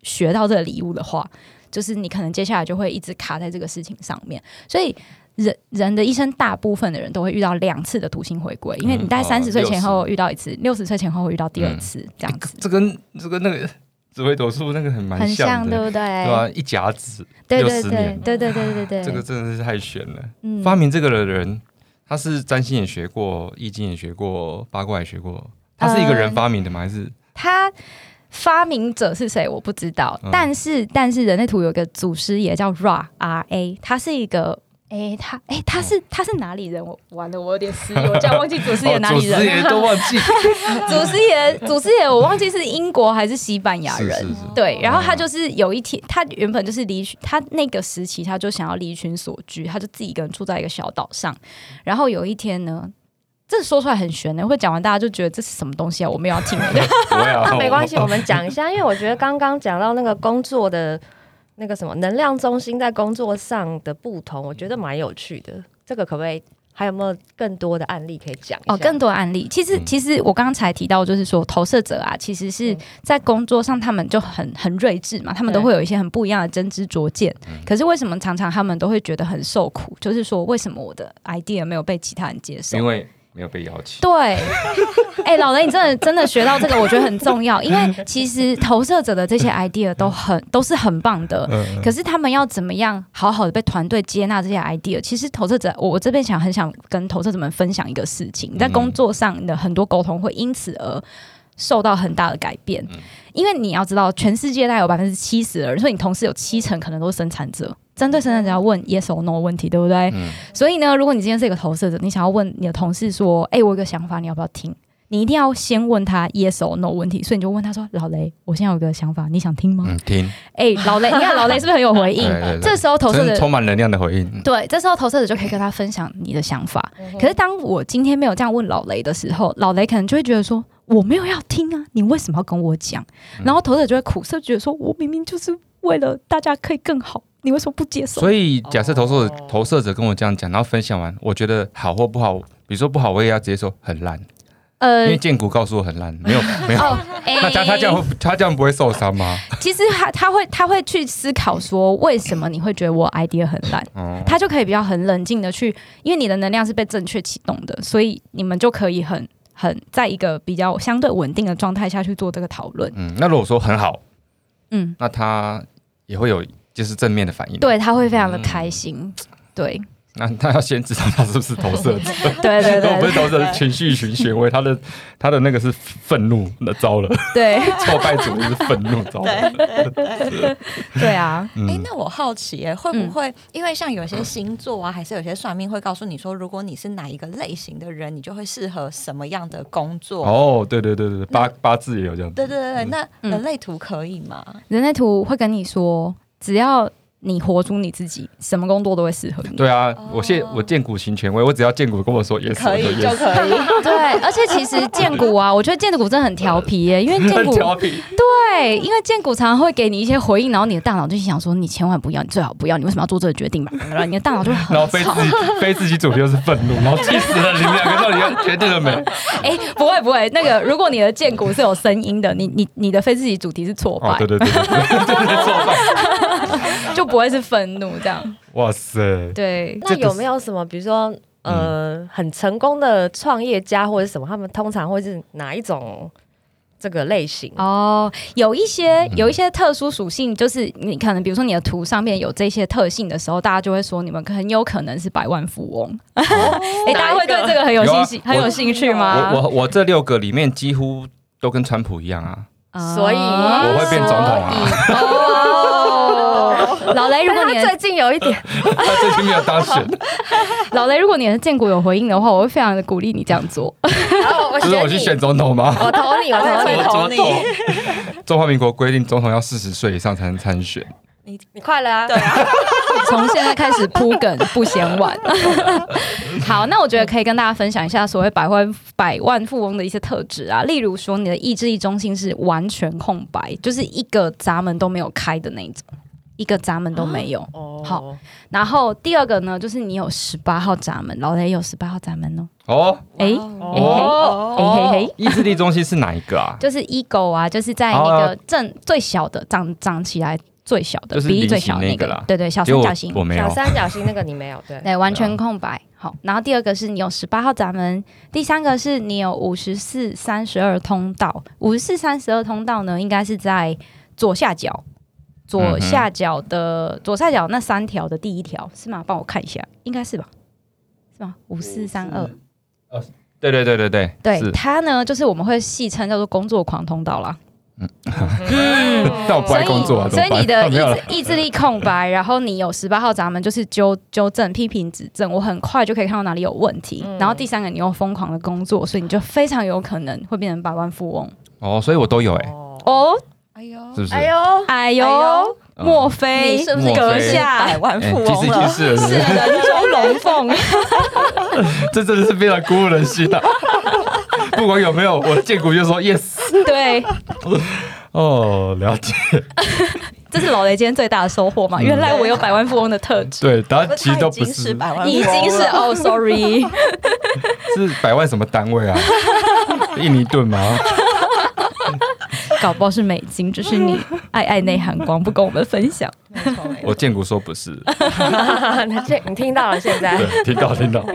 Speaker 1: 学到这个礼物的话，就是你可能接下来就会一直卡在这个事情上面，所以。人人的一生，大部分的人都会遇到两次的土星回归，因为你在
Speaker 3: 嗯
Speaker 1: 三十岁
Speaker 3: 哦
Speaker 1: 前后遇到一次，六十岁前后会遇到第二次，这样子
Speaker 3: 这跟这跟那个紫微斗数那个很哎蛮
Speaker 1: 很像，对
Speaker 3: 的，
Speaker 1: 不对？
Speaker 3: 对吧？一甲子，
Speaker 1: 对对
Speaker 3: 60
Speaker 1: 对
Speaker 3: 年
Speaker 1: 对对对对对，
Speaker 3: 这个真的是太玄了。
Speaker 1: 嗯
Speaker 3: 发明这个的人，他是占星也学过，易经也学过，八卦也学过，他是一个
Speaker 1: 嗯
Speaker 3: 人发明的吗？还是
Speaker 1: 他发明者是谁我不知道，
Speaker 3: 嗯
Speaker 1: 但是但是人类图有一个祖师爷叫 Ra R A，他是一个哎、他哎、他是他是哪里人？我完了，我有点失忆，我竟然忘记祖师爷哪里人
Speaker 3: 哦祖师爷
Speaker 1: 了。
Speaker 3: 都忘记，
Speaker 1: 祖师爷，祖师爷，我忘记是英国还是西班牙
Speaker 3: 是
Speaker 1: 人。
Speaker 3: 是哦是，
Speaker 1: 对，然后他就是有一天，他原本就是离群他那个时期，他就想要离群所居，他就自己一个人住在一个小岛上。然后有一天呢，这说出来很悬的，会不会讲完大家就觉得这是什么东西啊？我没有要听的。
Speaker 3: 我也
Speaker 7: 那没关
Speaker 3: 系，
Speaker 7: 系，我们讲一下，因为我觉得刚刚讲到那个工作的那个什么能量中心在工作上的不同，我觉得蛮有趣的。这个可不可以？还有没有更多的案例可以讲一下？
Speaker 1: 哦，更多案例。其实，
Speaker 3: 嗯
Speaker 1: 其实我刚才提到，就是说投射者啊，其实是
Speaker 7: 嗯
Speaker 1: 在工作上他们就很很睿智嘛，他们都
Speaker 7: 对嗯
Speaker 1: 会有一些很不一样的真知灼见。可是为什么常常他们都会觉得很受苦？就是说，为什么我的 idea 没有被其他人接受
Speaker 3: 因？为没有被邀请。
Speaker 1: 对， 哎、老雷，你真的真的学到这个，我觉得很重要，因为其实投射者的这些 idea 都很都是很棒的，
Speaker 3: 嗯
Speaker 1: 可是他们要怎么样好好的被团队接纳这些 idea？其实投射者，我我这边想很想跟投射者们分享一个事
Speaker 3: 嗯
Speaker 1: 情，在工作上你的很多沟通会因此而。受到很大的改变，
Speaker 3: 嗯
Speaker 1: 因为你要知道，全世界大概有百分之七十的人，所以你同事有七成可能都是生产者。针对生产者要问 yes or no 问题，对不对？
Speaker 3: 嗯
Speaker 1: 所以呢，如果你今天是一个投射者，你想要问你的同事说：“哎、我有个想法，你要不要听？”你一定要先问他 yes or no 问题，所以你就问他说：“老雷，我现在有个想法，你想听吗
Speaker 3: 嗯，听，？”
Speaker 1: 哎、老雷，你看老雷是不是很有回 应
Speaker 3: 对？哎对对
Speaker 1: 这时候投射嗯
Speaker 3: 真
Speaker 1: 者
Speaker 3: 充满能量的回应，
Speaker 1: 对，这时候投射者就可以跟他分享你的想法。可是当我今天没有这样问老雷的时候，老雷可能就会觉得说。我没有要听啊，你为什么要跟我讲？
Speaker 3: 嗯
Speaker 1: 然后投射者就会苦涩，觉得说我明明就是为了大家可以更好，你为什么不接受？
Speaker 3: 所以假设投射投射者跟我这样讲，然后分享完，我觉得好或不好，比如说不好，我也要直接说很烂，因
Speaker 1: 呃
Speaker 3: 为建谷告诉我很烂，没有没有，
Speaker 1: 哦，哎
Speaker 3: 那 他他这样会他这样不会受伤吗？
Speaker 1: 其实他他会他会去思考说，为什么你会觉得我 idea 很烂？
Speaker 3: 哦，
Speaker 1: 他就可以比较很冷静的去，因为你的能量是被正确启动的，所以你们就可以很很在一个比较相对稳定的状态下去做这个讨论。
Speaker 3: 嗯，那如果说很好，
Speaker 1: 嗯，
Speaker 3: 那他也会有就是正面的反应。，
Speaker 1: 对，他会非常的开心。
Speaker 3: 嗯
Speaker 1: 对
Speaker 3: 那他要先知道他是不是
Speaker 1: 哦
Speaker 3: 投射者，
Speaker 1: 对对
Speaker 3: 如果不
Speaker 1: 对
Speaker 3: 是投射者，情绪群学位，他的他的那个是愤怒，那糟了，
Speaker 1: 对
Speaker 3: 挫败主义是愤怒，糟了。
Speaker 2: 对对对。
Speaker 1: 对啊！
Speaker 3: 嗯
Speaker 2: 哎、那我好奇耶，会不会、因为像有些星座啊，还是有些算命会告诉你说，如果你是哪一个类型的人，你就会适合什么样的工作？
Speaker 3: 哦，对对对对，对八八字也有这样子。
Speaker 2: 对对对对，那
Speaker 1: 嗯
Speaker 2: 人类图可以吗？
Speaker 1: 人类图会跟你说，只要你活出你自己，什么工作都会适合你。
Speaker 3: 对啊，我现我见骨行权威，我只要见骨跟我说也
Speaker 2: 可以就
Speaker 3: 也
Speaker 2: 可 以。
Speaker 1: 对，而且其实建股啊，我觉得建股真的很调皮耶、因为建
Speaker 3: 很
Speaker 1: 股
Speaker 3: 调皮，
Speaker 1: 对，因为建股常常会给你一些回应，然后你的大脑就想说，你千万不要，你最好不要，你为什么要做这个决定吧？然后你的大脑就会很
Speaker 3: 然后非自己非自己主题又是愤怒，然后气死了，你们两个到底要决定了 没？
Speaker 1: 哎、不会不会，那个如果你的建股是有声音的，你你你的非自己主题是挫败，
Speaker 3: 哦，对对对对对，真的挫败，
Speaker 1: 就不会是愤怒这样。
Speaker 3: 哇塞！
Speaker 1: 对，
Speaker 7: 那有没有什么，比如说呃，很成功的创业家或者什么，他们通常会是哪一种这个类型？
Speaker 1: 哦，有一些
Speaker 3: 嗯
Speaker 1: 有一些特殊属性，就是你可能比如说你的图上面有这些特性的时候，大家就会说你们很有可能是百万富翁。 哎、大家会对这个很有兴趣、
Speaker 3: 哦有啊
Speaker 1: 很有兴趣吗？
Speaker 3: 我我我这六个里面几乎都跟川普一样啊，
Speaker 7: 所以我
Speaker 3: 会变总统啊
Speaker 1: 所以！哦，老 雷，如果
Speaker 7: 但
Speaker 1: 你
Speaker 7: 是他最近有 一点，
Speaker 3: 他最近没有当选，
Speaker 1: 老雷，如果你的建国有回应的话，我会非常的鼓励你这样 做。
Speaker 7: 然后我
Speaker 3: 不是我去
Speaker 7: 你，
Speaker 3: 选总统吗？
Speaker 7: 我投你，我投
Speaker 2: 我
Speaker 7: 哦你
Speaker 2: 也，投你，
Speaker 3: 中华民国规定总统要四十岁以上才能参选，
Speaker 7: 你快了啊！
Speaker 2: 对啊，
Speaker 1: 从现在开始铺梗不嫌晚。好，那我觉得可以跟大家分享一下所谓百万百万富翁的一些特质啊，例如说你的意志力中心是完全空白，就是一个闸门都没有开的那一种，一个闸门都没有。
Speaker 7: 哦
Speaker 1: 好，然后第二个呢，就是你有十八号闸门，老雷有十八号闸门哦。
Speaker 3: 哦，
Speaker 1: 哎、
Speaker 7: 哦
Speaker 1: 嘿嘿嘿。
Speaker 3: 意志力中心是哪一个啊？
Speaker 1: 就是 ego 啊，就是在那个正最小的长长起来最小的
Speaker 3: 就是
Speaker 1: 比例最小的
Speaker 3: 菱
Speaker 1: 那
Speaker 3: 形
Speaker 1: 个，
Speaker 3: 那个啦
Speaker 1: 对对，小
Speaker 3: 结果
Speaker 1: 三角形
Speaker 3: 我，没
Speaker 7: 小
Speaker 3: 有，
Speaker 7: 三角形那个你没有， 对，
Speaker 1: 对，完
Speaker 3: 对啊
Speaker 1: 全空白。好，然后第二个是你有十八号闸门，第三个是你有五十四、三十二通道。五十四、三十二通道呢，应该是在左下角，
Speaker 3: 嗯
Speaker 1: 左
Speaker 3: 哼
Speaker 1: 下角
Speaker 3: 嗯
Speaker 1: 的、左下角那三条的第一条是吗？帮我看一下，应该是吧？是吗？五四三二，
Speaker 3: 对对对对对，
Speaker 1: 对
Speaker 3: 是
Speaker 1: 它呢，就是我们会戏称叫做工作狂通道啦。
Speaker 7: 嗯，
Speaker 3: 那我不爱工作啊，怎
Speaker 1: 所
Speaker 3: 么
Speaker 1: 以你
Speaker 3: 办？
Speaker 1: 的
Speaker 3: 啊没有了，
Speaker 1: 意志意志力空白，然后你有十八号闸门，就是纠纠正、批评、指正，我很快就可以看到哪里有问题。
Speaker 7: 嗯
Speaker 1: 然后第三个，你又疯狂的工作，所以你就非常有可能会变成百万富翁。
Speaker 3: 哦，所以我都有哎，
Speaker 1: 哦，
Speaker 2: 哎呦
Speaker 3: 是，不是？
Speaker 7: 哎呦，
Speaker 1: 哎呦，
Speaker 2: 哎呦
Speaker 3: 嗯
Speaker 1: 莫非
Speaker 2: 你是不是
Speaker 3: 莫
Speaker 2: 阁
Speaker 3: 非
Speaker 2: 下百万
Speaker 3: 哎
Speaker 2: 富
Speaker 3: 其实
Speaker 2: 翁
Speaker 3: 已
Speaker 2: 了
Speaker 3: 经？是了，是不是
Speaker 1: 是人中龙 凤？
Speaker 3: 这真的是非常鼓舞人心啊的。不管有没有，我见骨就说 yes。
Speaker 1: 对，
Speaker 3: 哦，了解。
Speaker 1: 这是老雷今天最大的收获嘛？
Speaker 3: 嗯
Speaker 1: 原来我有百万富翁的特质。
Speaker 3: 对，答案
Speaker 2: 他
Speaker 3: 其实都不
Speaker 2: 已经是
Speaker 3: 是，
Speaker 2: 百万富翁
Speaker 1: 已
Speaker 2: 了，
Speaker 1: 经是哦，sorry，
Speaker 3: 是百万什么单位啊？印尼盾吗？
Speaker 1: 搞不好是美金，只是你爱爱内涵光不跟我们分享。
Speaker 2: 没错没错
Speaker 3: 我见骨说不是。
Speaker 7: 你这你听到了现 在？
Speaker 3: 对，听到听到。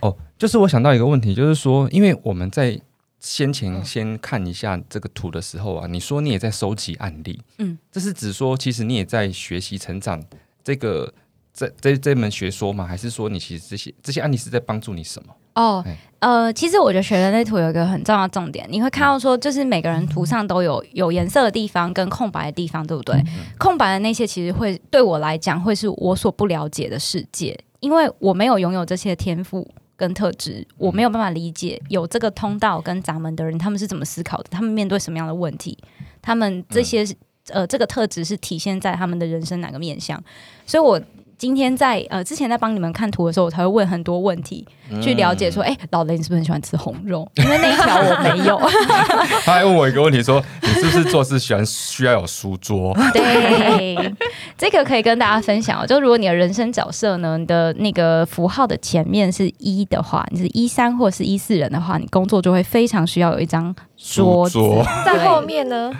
Speaker 3: 哦，就是我想到一个问题，就是说，因为我们在先
Speaker 7: 嗯
Speaker 3: 前先看一下这个图的时候啊，你说你也在收集案例，
Speaker 1: 嗯，
Speaker 3: 这是指说其实你也在学习成长这个这这这门学说吗？还是说你其实这些这些案例是在帮助你什么？
Speaker 1: 哦
Speaker 3: 哎，
Speaker 1: 呃，其实我觉得学人类图有一个很重要的重点，你会看到说，就是每个人图上都有有颜色的地方跟空白的地方，对不对？空白的那些其实会对我来讲会是我所不了解的世界，因为我没有拥有这些天赋。跟特质，我没有办法理解有这个通道跟闸门的人，他们是怎么思考的，他们面对什么样的问题，他们这些、呃这个特质是体现在他们的人生哪个面向。所以我今天在呃之前在帮你们看图的时候，我才会问很多问题，去了
Speaker 7: 嗯
Speaker 1: 解说，哎、老雷你是不是很喜欢吃红肉？ 因为那一条我没 有。
Speaker 3: 他还问我一个问题说，你是不是做事喜欢需要有书桌？
Speaker 1: 对， 这个可以跟大家分享哦。就如果你的人生角色呢，你的那个符号的前面是一的话，你是一三或是一四人的话，你工作就会非常需要有一张桌子。
Speaker 3: 桌
Speaker 7: 在后面呢？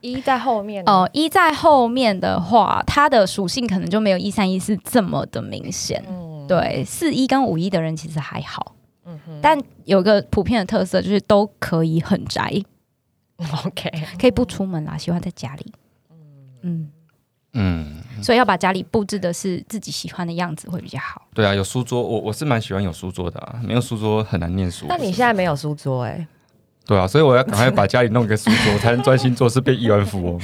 Speaker 7: 一在后面呢
Speaker 1: 哦，一在后面的话，它的属性可能就没有一三一四这么的明显。
Speaker 7: 嗯，
Speaker 1: 对，四一跟五一的人其实还好，
Speaker 7: 嗯哼
Speaker 1: 但有一个普遍的特色就是都可以很宅，
Speaker 7: OK，
Speaker 1: 可以不出门啦，喜欢在家里。嗯，
Speaker 3: 嗯，
Speaker 1: 所以要把家里布置的是自己喜欢的样子会比较好。
Speaker 3: 对啊，有书桌，我我是蛮喜欢有书桌的、啊，没有书桌很难念书。
Speaker 7: 那你现在没有书桌 哎？
Speaker 3: 对啊，所以我要 赶快把家里弄个书桌，才能专心做事，变亿万富翁。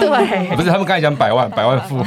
Speaker 7: 对，
Speaker 3: 不是，他们刚才讲 百万，百万富翁。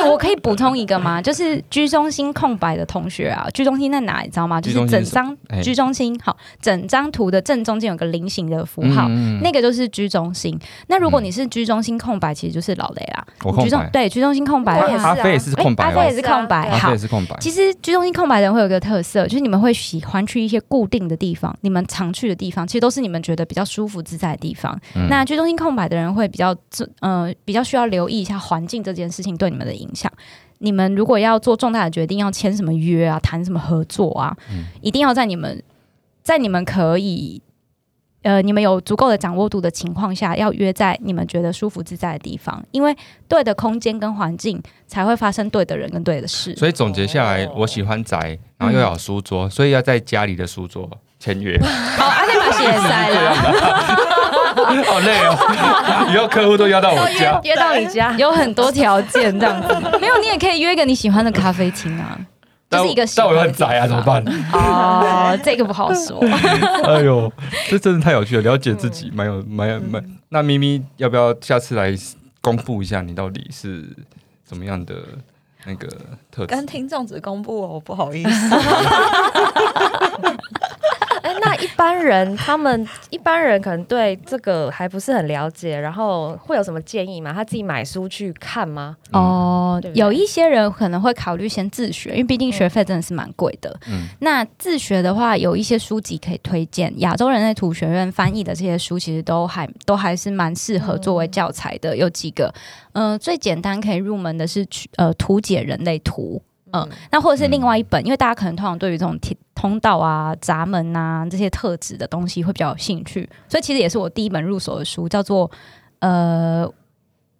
Speaker 1: 哎、我可以补充一个吗？就是居中心空白的同学啊，居中心在哪？你知道吗？就
Speaker 3: 居中
Speaker 1: 是
Speaker 3: 心是
Speaker 1: 整张
Speaker 3: 哎
Speaker 1: 居中心，好，整张图的正中间有个菱形的符号。
Speaker 3: 嗯
Speaker 1: 那个就是居中心。那如果你是居中心空白，其实就是老雷啦。
Speaker 3: 嗯我空
Speaker 1: 居中
Speaker 3: 白，
Speaker 1: 对居中心空白啊
Speaker 7: 我
Speaker 1: 的
Speaker 7: 也啊
Speaker 1: 话，
Speaker 3: 阿飞也是空白
Speaker 1: 阿飞也
Speaker 3: 哦，
Speaker 1: 是空白。啊
Speaker 7: 对
Speaker 3: 阿
Speaker 1: 好
Speaker 3: 飞也，是空白。
Speaker 1: 其实居中心空白的人会有一个特色，就是你们会喜欢去一些固定的地方，你们常去的地方，其实都是你们觉得比较舒服自在的地方。
Speaker 3: 嗯
Speaker 1: 那居中心空白的人会比较注呃比较需要留意一下环境这件事情对你们的影响。你们如果要做重大的决定，要签什么约啊，谈什么合作啊，
Speaker 3: 嗯
Speaker 1: 一定要在你们在你们可以。呃，你们有足够的掌握度的情况下，要约在你们觉得舒服自在的地方，因为对的空间跟环境才会发生对的人跟对的事。
Speaker 3: 所以总结下来，
Speaker 7: 哦
Speaker 3: 我喜欢宅，然后又要有书桌，所以要在家里的书桌签约。
Speaker 1: 好，阿内把鞋塞了，
Speaker 3: 好累 哦，以后客户都邀到我家。
Speaker 7: 约到你家，
Speaker 1: 有很多条件这 样子。没有，你也可以约一个你喜欢的咖啡厅啊，
Speaker 3: 但
Speaker 1: 就
Speaker 3: 我
Speaker 1: 是一个喜
Speaker 3: 但
Speaker 1: 欢
Speaker 3: 我
Speaker 1: 的
Speaker 3: 又很宅啊，
Speaker 1: 地
Speaker 3: 怎么
Speaker 1: 方？
Speaker 3: 办？
Speaker 1: 哦，这个不好 说。
Speaker 7: 嗯
Speaker 3: 哎呦，这真的太有趣了，了解自
Speaker 1: 嗯
Speaker 3: 己，蛮有蛮有蛮。那咪咪要不要下次来公布一下你到底是怎么样的那个特质
Speaker 2: 跟？听众只公布哦，不好 意思，
Speaker 7: 哎，那一般人他们一般人可能对这个还不是很了解，然后会有什么建议吗？他自己买书去看吗？
Speaker 1: 哦
Speaker 7: 对，不对
Speaker 1: 有一些人可能会考虑先自学，因为毕竟学费真的是蛮贵的。
Speaker 3: 嗯
Speaker 1: 那自学的话，有一些书籍可以推荐，亚洲人类图学院翻译的这些书，其实都还都还是蛮适合作为教材的。有几个，嗯、最简单可以入门的是去呃图解人类图。嗯，那或者是另外一本，因为大家可能通常对于这种铁通道啊、闸门啊这些特质的东西会比较有兴趣，所以其实也是我第一本入手的书，叫做呃，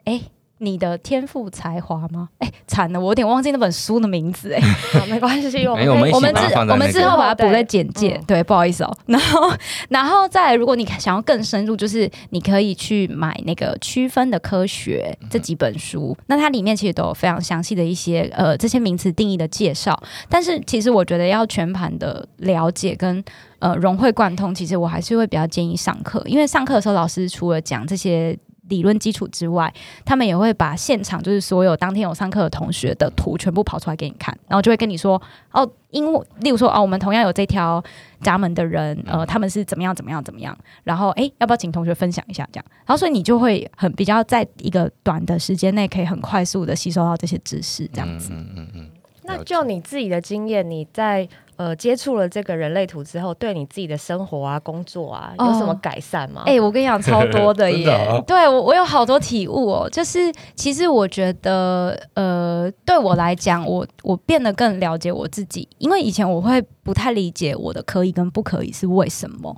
Speaker 1: 哎、你的天赋才华吗？哎、惨了，我有点忘记那本书的名字哎、
Speaker 7: 好没关系，我
Speaker 3: 没有我们
Speaker 7: 们
Speaker 3: 一
Speaker 7: 可以
Speaker 3: 起啊
Speaker 1: 我们之
Speaker 3: 把它放在
Speaker 1: 我们
Speaker 3: 那
Speaker 1: 之
Speaker 3: 个
Speaker 1: 后把它补在
Speaker 7: 对
Speaker 1: 简介，
Speaker 7: 嗯
Speaker 1: 对，不好意思哦。 然后，然后再来如果你想要更深入，就是你可以去买那个《区分的科学》这几本书，那它里面其实都有非常详细的一些呃这些名词定义的介绍。但是其实我觉得要全盘的了解跟呃融会贯通，其实我还是会比较建议上课，因为上课的时候老师除了讲这些。理论基础之外，他们也会把现场就是所有当天有上课的同学的图全部跑出来给你看，然后就会跟你说哦，因为例如说哦，我们同样有这条闸门的人，呃，他们是怎么样怎么样怎么样，然后诶，要不要请同学分享一下这样？然后所以你就会很比较在一个短的时间内可以很快速的吸收到这些知识，这样子。
Speaker 3: 嗯嗯嗯
Speaker 7: 那就你自己的经验，你在呃接触了这个人类图之后，对你自己的生活啊、工作啊，有什么
Speaker 1: 哦
Speaker 7: 改善吗？
Speaker 1: 哎、我跟你讲，超多的耶！
Speaker 6: 真的啊
Speaker 1: 对我，我有好多体悟哦。就是其实我觉得，呃，对我来讲，我我变得更了解我自己，因为以前我会不太理解我的可以跟不可以是为什么。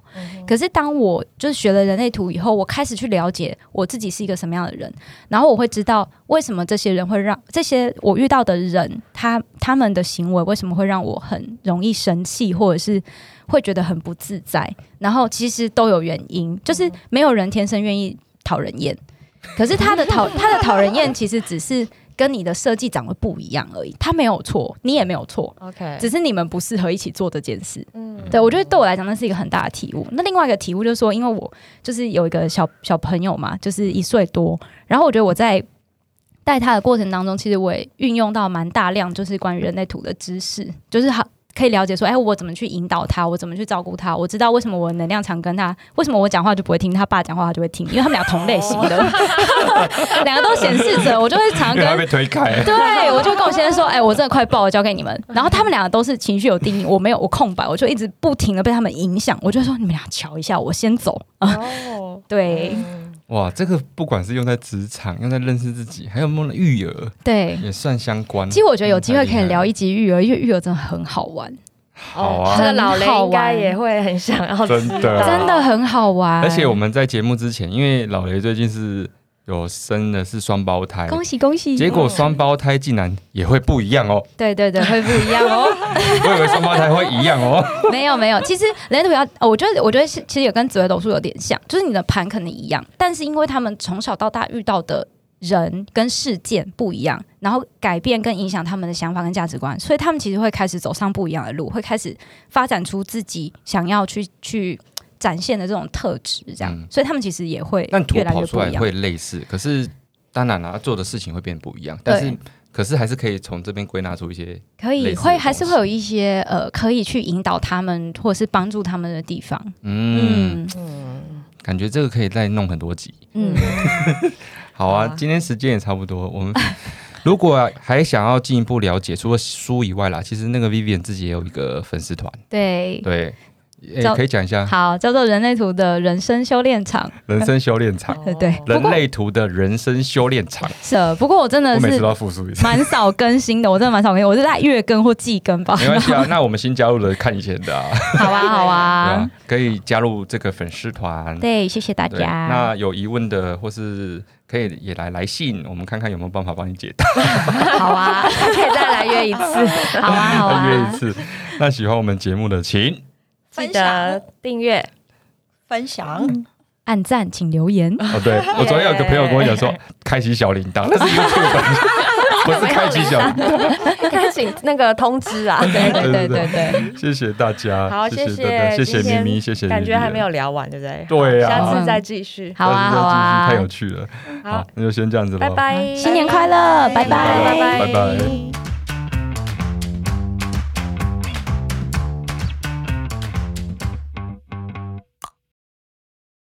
Speaker 1: 可是当我就是学了人类图以后，我开始去了解我自己是一个什么样的人，然后我会知道为什么这些人会让这些我遇到的人，他他们的行为为什么会让我很容易生气，或者是会觉得很不自在。然后其实都有原因，就是没有人天生愿意讨人厌，可是他的讨他的讨人厌其实只是跟你的设计长得不一样而已，他没有错，你也没有错，
Speaker 7: OK，
Speaker 1: 只是你们不适合一起做这件事。
Speaker 7: 嗯
Speaker 1: 对，我觉得对我来讲，那是一个很大的体悟。那另外一个体悟就是说，因为我就是有一个小小朋友嘛，就是一岁多，然后我觉得我在带他的过程当中，其实我也运用到蛮大量，就是关于人类图的知识，就是好。可以了解说，哎，我怎么去引导他，我怎么去照顾他，我知道为什么我的能量场跟他，为什么我讲话就不会听，他爸讲话他就会听，因为他们俩同类型的， 两个都显示者，我就会常常
Speaker 3: 嗯，因为
Speaker 1: 跟
Speaker 3: 他被推 开，
Speaker 1: 对，我就跟我先生说，哎、我真的快爆了，交给你们。然后他们两个都是情绪有定义，我没有，我空白，我就一直不停的被他们影响。我就说你们俩瞧一下，我先走。
Speaker 3: 啊
Speaker 7: 哦，
Speaker 1: 对
Speaker 3: 哇，这个不管是用在职场，用在认识自己，还有用在育儿，
Speaker 1: 对，
Speaker 3: 也算相关。嗯
Speaker 1: 其实我觉得有机会可以聊一集育儿，因为育儿真的很好玩，
Speaker 3: 好啊
Speaker 7: 这个老
Speaker 1: 很
Speaker 7: 雷
Speaker 1: 好
Speaker 7: 应该
Speaker 1: 玩
Speaker 7: 也会 很想要
Speaker 3: 真的
Speaker 7: 知道
Speaker 1: 真的很好玩。
Speaker 3: 哎而且我们在节目之前，因为老雷最近是有生的是双胞胎，
Speaker 1: 恭喜恭喜，
Speaker 3: 结果双胞胎竟然也会不一 样哦，
Speaker 1: 对对对，会不一样哦。
Speaker 3: 我以为双胞胎会一样 哦。
Speaker 1: 没有没有，其实人类图要，呃我觉得我觉得是其实也跟紫微斗数有点像，就是你的盘可能一样，但是因为他们从小到大遇到的人跟事件不一样，然后改变跟影响他们的想法跟价值观，所以他们其实会开始走上不一样的路，会开始发展出自己想要去去展现的这种特质，这样，
Speaker 3: 嗯
Speaker 1: 所以他们其实也会
Speaker 3: 但图
Speaker 1: 越来
Speaker 3: 跑
Speaker 1: 越
Speaker 3: 出
Speaker 1: 不
Speaker 3: 来
Speaker 1: 一样。
Speaker 3: 会类似，可是当然啦，做的事情会变不一样，但是
Speaker 1: 对
Speaker 3: 可是还是可以从这边归纳出一些
Speaker 1: 可
Speaker 3: 类
Speaker 1: 以
Speaker 3: 似的
Speaker 1: 会还是
Speaker 3: 东
Speaker 1: 会
Speaker 3: 西
Speaker 1: 有一些呃，可以去引导他们或者是帮助他们的地方。
Speaker 3: 嗯
Speaker 1: 嗯
Speaker 3: 感觉这个可以再弄很多集。
Speaker 1: 嗯，
Speaker 3: 好啊，
Speaker 7: 好啊
Speaker 3: 今天时间也差不多，我们 如果啊还想要进一步了解，除了书以外啦，其实那个 Vivian 自己也有一个粉丝团，
Speaker 1: 对。
Speaker 3: 对，也、
Speaker 1: 叫
Speaker 3: 可以讲一下
Speaker 1: 好，叫做人类图的人生修炼场，
Speaker 3: 人生修炼场，
Speaker 1: 对对。不
Speaker 3: 人
Speaker 1: 过
Speaker 3: 类图的人生修炼场，
Speaker 1: 是的，不过我真的
Speaker 3: 我每次
Speaker 1: 是
Speaker 3: 都要复述一次。
Speaker 1: 蛮少更新的，我真的蛮少更新，我是在月更或季更吧。
Speaker 3: 没关系啊，那我们新加入的看以前的啊，
Speaker 1: 好啊，好
Speaker 3: 对
Speaker 1: 啊
Speaker 3: 啊，，可以加入这个粉丝团。
Speaker 1: 对，谢谢大
Speaker 3: 对，
Speaker 1: 家。
Speaker 3: 那有疑问的或是可以也来来信，我们看看有没有办法帮你解答。
Speaker 1: 好啊，
Speaker 7: 可以再来约一次，
Speaker 1: 好啊，好
Speaker 3: 再约一
Speaker 1: 啊，
Speaker 3: 次。那喜欢我们节目的，请
Speaker 7: 记
Speaker 2: 分享
Speaker 7: 得订阅。
Speaker 2: 分享，
Speaker 1: 按赞请留言。
Speaker 3: 哦，对我昨天有个朋友跟我讲说，开启小铃铛，那是 YouTube，不是开启小铃铛。
Speaker 7: 开请那个通知啊， 对
Speaker 3: 对对对
Speaker 7: 对。
Speaker 3: 谢谢大家，
Speaker 7: 好，
Speaker 3: 谢
Speaker 7: 谢，
Speaker 3: 大家，
Speaker 7: 今
Speaker 3: 谢谢
Speaker 7: 天
Speaker 3: 咪咪，谢谢
Speaker 7: 感觉
Speaker 3: Vivian
Speaker 7: 还没有聊完，对不对？
Speaker 3: 对啊
Speaker 7: 下次再继续。
Speaker 1: 好啊，
Speaker 3: 但是这
Speaker 1: 好啊
Speaker 3: 集是太，有趣了。好
Speaker 7: 好，
Speaker 3: 那就先这样子
Speaker 7: 拜
Speaker 3: 喽，
Speaker 7: 拜，
Speaker 1: 新年快乐，拜
Speaker 7: 拜
Speaker 1: 拜。
Speaker 3: 拜拜。